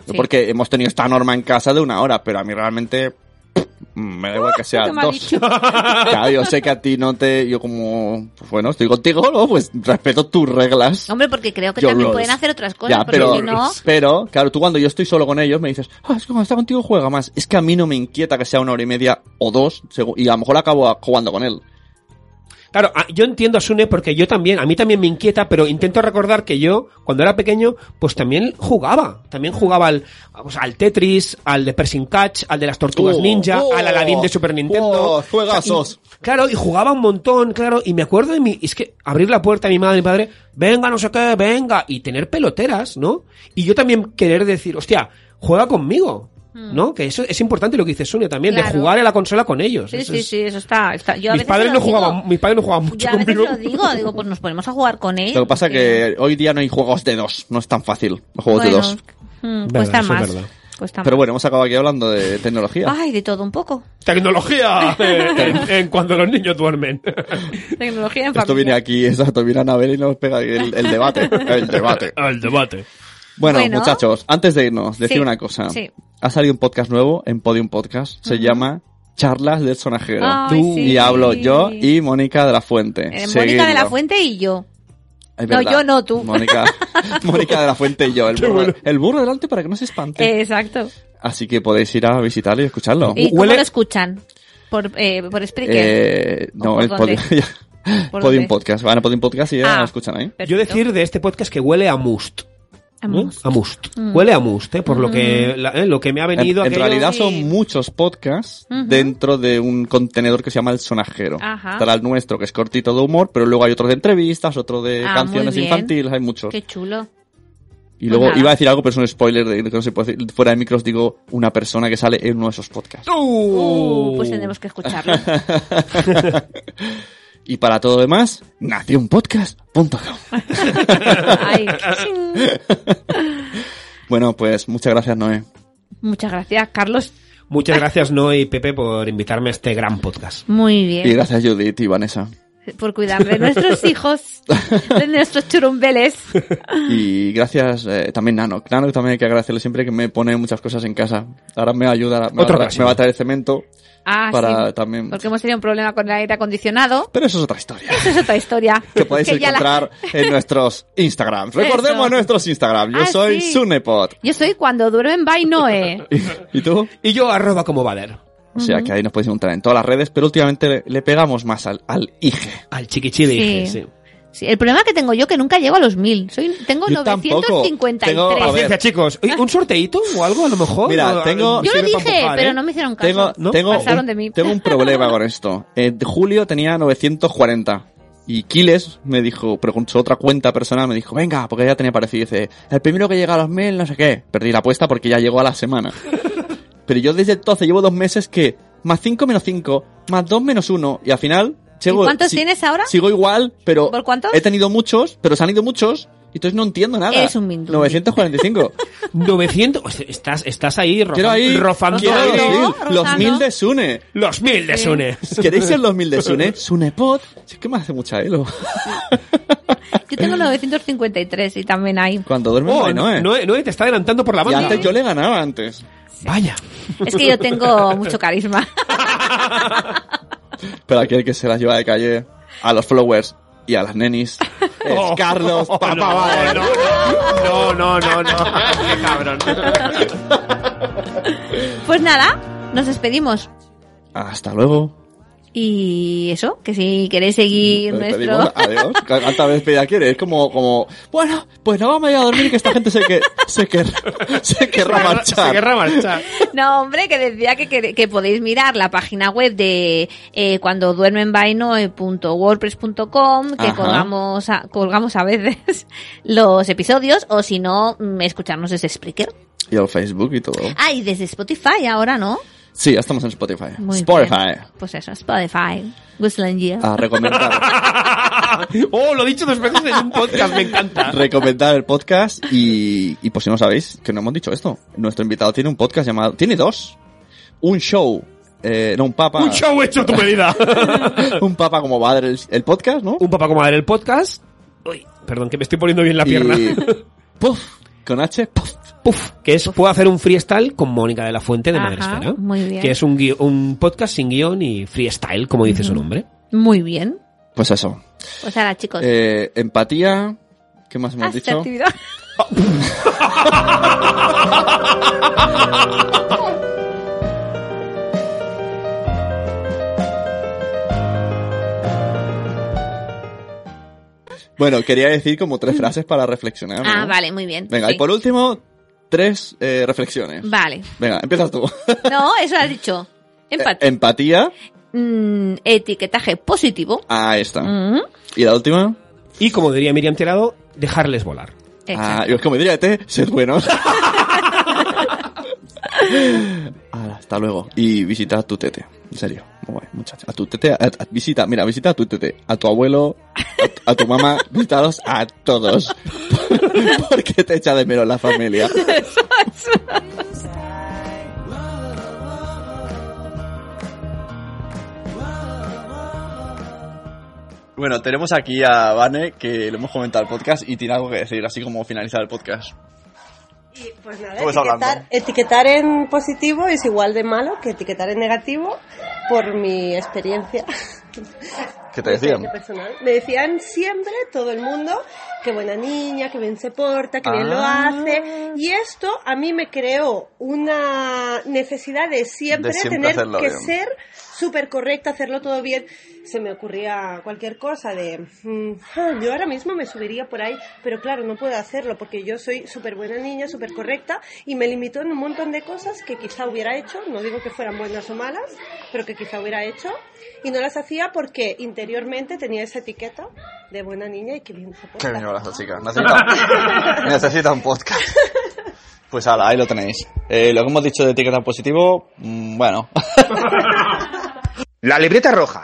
S3: Sí.
S2: Porque hemos tenido esta norma en casa de una hora, pero a mí realmente pff, mm, me da igual que sea
S3: ¿Qué me ha
S2: dos.
S3: dicho?
S2: Claro, yo sé que a ti no te... Yo como... Pues bueno, estoy contigo, ¿no? Pues respeto tus reglas.
S3: Hombre, porque creo que
S2: Yo
S3: también
S2: los-
S3: pueden hacer otras cosas,
S2: ya,
S3: porque
S2: pero,
S3: si no...
S2: pero, claro, tú cuando yo estoy solo con ellos me dices, ah, es que cuando está contigo juega más. Es que a mí no me inquieta que sea una hora y media o dos, segu- y a lo mejor acabo a- jugando con él.
S4: Claro, a- yo entiendo a Sune porque yo también, a mí también me inquieta, pero intento recordar que yo, cuando era pequeño, pues también jugaba. También jugaba al, pues, al Tetris, al de Pressing Catch, al de las Tortugas
S2: Oh,
S4: Ninja,
S2: oh,
S4: al Aladdin de Super Nintendo.
S2: oh, juegazos.
S4: O sea, y- claro, y jugaba un montón, claro, y me acuerdo de mi, es que abrir la puerta a mi madre y mi padre, venga, no sé qué, venga, y tener peloteras, ¿no? Y yo también querer decir, hostia, juega conmigo. ¿No? Que eso es importante lo que dice Sune también, de
S3: Hmm. Claro.
S4: jugar a la consola con ellos.
S3: Sí,
S4: Eso
S3: sí,
S4: es-
S3: sí, eso está... está- Yo a
S4: Mis
S3: veces
S4: padres,
S3: se
S4: no
S3: lo
S4: jugaban,
S3: digo.
S4: mis padres no jugaban mucho
S3: Yo a veces
S4: conmigo.
S3: lo digo, digo, pues nos ponemos a jugar con él.
S2: Lo que pasa
S3: porque-
S2: que hoy día no hay juegos de dos, no es tan fácil, los juegos de
S3: bueno,
S2: dos.
S3: mm,
S4: Verdad,
S3: cuesta
S4: eso es
S3: más.
S4: verdad.
S3: Cuesta
S2: Pero
S3: más.
S2: bueno, hemos acabado aquí hablando de tecnología.
S3: Ay, de todo un poco.
S4: Tecnología eh, en, en cuando los niños duermen.
S3: Tecnología en
S2: Esto
S3: familia.
S2: viene aquí, exacto, viene Anabel y nos pega el, el debate, el debate.
S4: Al debate.
S2: Bueno,
S3: Bueno.
S2: muchachos, antes de irnos, decir
S3: Sí,
S2: una cosa.
S3: sí.
S2: Ha salido un podcast nuevo en Podium Podcast, se llama Charlas del Sonajero.
S3: Ay,
S2: Tú
S3: sí.
S2: y hablo yo y Mónica de la Fuente.
S3: Eh,
S2: Seguidlo.
S3: Mónica de la Fuente y yo.
S2: Es
S3: No,
S2: verdad.
S3: yo no, tú.
S2: Mónica, Mónica de la Fuente y yo. El
S4: Qué
S2: burro,
S4: bueno.
S2: el burro delante para que no se espante.
S3: Eh. Exacto.
S2: Así que podéis ir a visitarlo y escucharlo.
S3: ¿Y
S4: Huele-
S3: cómo lo escuchan? ¿Por, eh, por Spreaker?
S2: Eh, no,
S3: ¿O por
S2: el
S3: dónde?
S2: pod- ya.
S3: ¿Por
S2: Podium
S3: dónde?
S2: Podcast. Van a Podium Podcast y ya
S3: Ah.
S2: lo escuchan ¿eh? ahí.
S3: Perfecto.
S4: Yo decir de este podcast que huele a must.
S3: A
S4: ¿no?
S3: must.
S4: A must.
S3: Mm.
S4: Huele a must, ¿eh? Por lo que la- eh, lo que me ha
S2: En,
S4: venido
S2: en
S4: aquello-
S2: realidad
S3: Sí.
S2: son muchos podcasts
S3: Ujú.
S2: dentro de un contenedor que se llama El Sonajero.
S3: Ajá.
S2: Estará el nuestro, que es cortito de humor, pero luego hay otro de entrevistas, otro de
S3: Ah, muy
S2: canciones
S3: bien.
S2: infantiles, hay muchos.
S3: Qué chulo.
S2: Y luego
S3: Nada.
S2: iba a decir algo, pero es un spoiler de, que no se puede decir. Fuera de micros digo una persona que sale en uno de esos podcasts.
S4: ¡Uh!
S3: Uh, pues tendremos que escucharlo.
S2: Y para todo lo demás, nacionpodcast.com.
S3: Ay, ching.
S2: Bueno, pues muchas gracias, Noé.
S3: Muchas gracias, Carlos.
S4: Muchas gracias, Noé y Pepe, por invitarme a este gran podcast.
S3: Muy
S2: Y
S3: bien.
S2: gracias, Judith y Vanessa.
S3: Por cuidar de nuestros hijos, de nuestros churumbeles.
S2: Y gracias eh, también Nano. Nano también hay que agradecerle siempre que me pone muchas cosas en casa. Ahora me ayuda,
S4: Otro
S2: me, va, a tra-
S4: clásico.
S2: me va a traer cemento
S3: Ah,
S2: para
S3: sí.
S2: también...
S3: Porque hemos tenido un problema con el aire acondicionado.
S2: Pero eso es otra historia.
S3: Eso es otra historia.
S2: Que podéis
S3: ya la-
S2: encontrar en nuestros Instagram. Recordemos
S3: Eso.
S2: nuestros Instagram. Yo
S3: Ah,
S2: soy
S3: sí.
S2: Sunepod.
S3: Yo soy cuando duermen by Noé.
S2: ¿Y tú?
S4: Y yo arroba como Valer.
S2: O sea, que ahí nos podéis encontrar en todas las redes, pero últimamente le, le pegamos más al, al IG.
S4: Al chiquichile.
S3: Sí.
S4: dije, sí.
S3: Sí, el problema que tengo yo que nunca llego a los mil. Soy, tengo
S2: Yo tampoco.
S3: 953.
S2: Tengo- a ver.
S4: Paciencia, chicos. Oye, ¿Un sorteíto o algo a lo mejor?
S2: Mira,
S4: ¿O-
S2: tengo-
S4: sirve
S3: yo lo
S4: para
S3: dije,
S4: empujar,
S3: pero
S4: eh?
S3: no me hicieron caso.
S2: Tengo,
S4: ¿No?
S2: tengo,
S3: Pasaron de mí.
S2: un, tengo un problema con esto. En julio tenía 940. Y Kiles me dijo, pero con su otra cuenta personal me dijo, venga, porque ya tenía parecido. Dice, el primero que llega a los mil, no sé qué. Perdí la apuesta porque ya llegó a la semana. pero yo desde entonces llevo dos meses que, más 5 menos 5, más 2 menos 1, y al final... Llego,
S3: ¿Y cuántos tienes ahora?
S2: Sigo igual, pero...
S3: ¿Por cuántos?
S2: He tenido muchos, pero se han ido muchos, y entonces no entiendo nada.
S3: Eres un mindundi.
S2: 945.
S4: 900. o sea, pues, Estás, estás ahí rozando.
S2: Quiero ahí.
S4: rozando
S2: quiero
S4: ahí.
S2: ahí,
S3: Rozando.
S2: los mil de Sune.
S4: Los mil de
S3: Sí.
S4: Sune.
S2: ¿Queréis ser los mil de Sune? Sunepod. Si es que me hace mucha elo.
S3: Yo tengo 953 y también hay.
S2: Cuando duerme
S4: Oh,
S2: no,
S4: Noé,
S2: ¿eh?
S4: Noé, te está adelantando por la
S2: y
S4: banda.
S2: antes yo le ganaba antes.
S4: Vaya.
S3: Es que yo tengo mucho carisma.
S2: Pero aquel que se las lleva de calle a los followers y a las nenis es
S4: Oh,
S2: Carlos
S4: oh,
S2: Papá
S4: no,
S2: Valer.
S4: No, no, no, no. Qué cabrón.
S3: Pues nada, nos despedimos.
S2: Hasta luego.
S3: Y eso, que si queréis seguir
S2: Nos
S3: nuestro...
S2: despedimos. Adiós. ¿Cuántas veces pedida quieres? Es como, como, bueno, pues no vamos a ir a dormir que esta gente se, que, se, querrá- se querrá marchar.
S4: Se querrá marchar.
S3: No, hombre, que decía que, que, que podéis mirar la página web de eh, cuando duermen que
S2: Ajá.
S3: colgamos a, colgamos a veces los episodios, o si no, mm, escucharnos desde Spreaker.
S2: Y al Facebook y todo.
S3: Ah, y desde Spotify ahora, ¿no?
S2: Sí, ya estamos en Spotify.
S3: Muy
S2: Spotify. Ah.
S3: bien. Pues eso, Spotify. Guslangia.
S2: A recomendar,
S4: Oh, lo he dicho dos veces en un podcast, me encanta.
S2: recomendar el podcast y, y por si no sabéis, que no hemos dicho esto. Nuestro invitado tiene un podcast llamado... Tiene dos. Un show. Eh, no, un papa.
S4: Un show hecho a tu medida.
S2: un papa como va a dar el, el podcast, ¿no?
S4: un papá como madre el podcast. Uy, perdón, que me estoy poniendo bien la pierna.
S2: Y, puff. Con H. Puff.
S4: Puf, que es Puedo hacer un freestyle con Mónica de la Fuente de
S3: Ajá,
S4: Madresfera.
S3: muy bien.
S4: Que es un, guio- un podcast sin guión y freestyle, como dice su nombre.
S3: Muy bien.
S2: Pues eso.
S3: Pues ahora, chicos,
S2: Eh, empatía. ¿Qué más hemos
S3: hasta
S2: dicho? Ah,
S3: actividad.
S2: Bueno, quería decir como tres frases para reflexionar. ¿no?
S3: Ah, vale, muy bien.
S2: Venga,
S3: sí.
S2: y por último, tres eh, reflexiones.
S3: Vale.
S2: Venga, empiezas tú.
S3: No, eso lo has dicho.
S2: Eh,
S3: Empate.
S2: empatía. Ah,
S3: Mm, etiquetaje positivo.
S2: Ahí está.
S3: Mm,
S2: ¿Y la última?
S4: Y como diría Miriam Tirado, dejarles volar.
S2: Ah,
S3: exacto.
S2: yo es como diría, "Te, sed buenos. Ahora, Ah, hasta luego. Y visita a tu tete. En serio. Muy guay, muchacho. A tu tete, a- a- visita, mira, visita a tu tete, a tu abuelo, a, a tu mamá, visitados a todos. Porque te echa de menos la familia. Bueno, tenemos aquí a Vane, que le hemos comentado el podcast y tiene algo que decir, así como finalizar el podcast.
S6: Y, pues nada,
S2: Estamos
S6: etiquetar,
S2: hablando.
S6: etiquetar en positivo es igual de malo que etiquetar en negativo por mi experiencia.
S2: ¿Qué te
S6: No sé,
S2: decían?
S6: qué personal. Me decían siempre, todo el mundo, que buena niña, que bien se porta, que bien lo
S2: Ah.
S6: hace. Y esto a mí me creó una necesidad de siempre,
S2: De siempre
S6: tener
S2: hacerlo
S6: que
S2: bien.
S6: ser súper correcta, hacerlo todo bien. Se me ocurría cualquier cosa de... mm, ah, yo ahora mismo me subiría por ahí, pero claro, no puedo hacerlo porque yo soy súper buena niña, súper correcta y me limitó en un montón de cosas que quizá hubiera hecho, no digo que fueran buenas o malas, pero que quizá hubiera hecho y no las hacía porque interiormente tenía esa etiqueta de buena niña y que bien se porta.
S2: Qué mierda esta chica. Necesita, necesita un podcast. Pues ala, ahí lo tenéis. Eh, lo que hemos dicho de etiqueta positivo, mm, bueno.
S5: La libreta roja,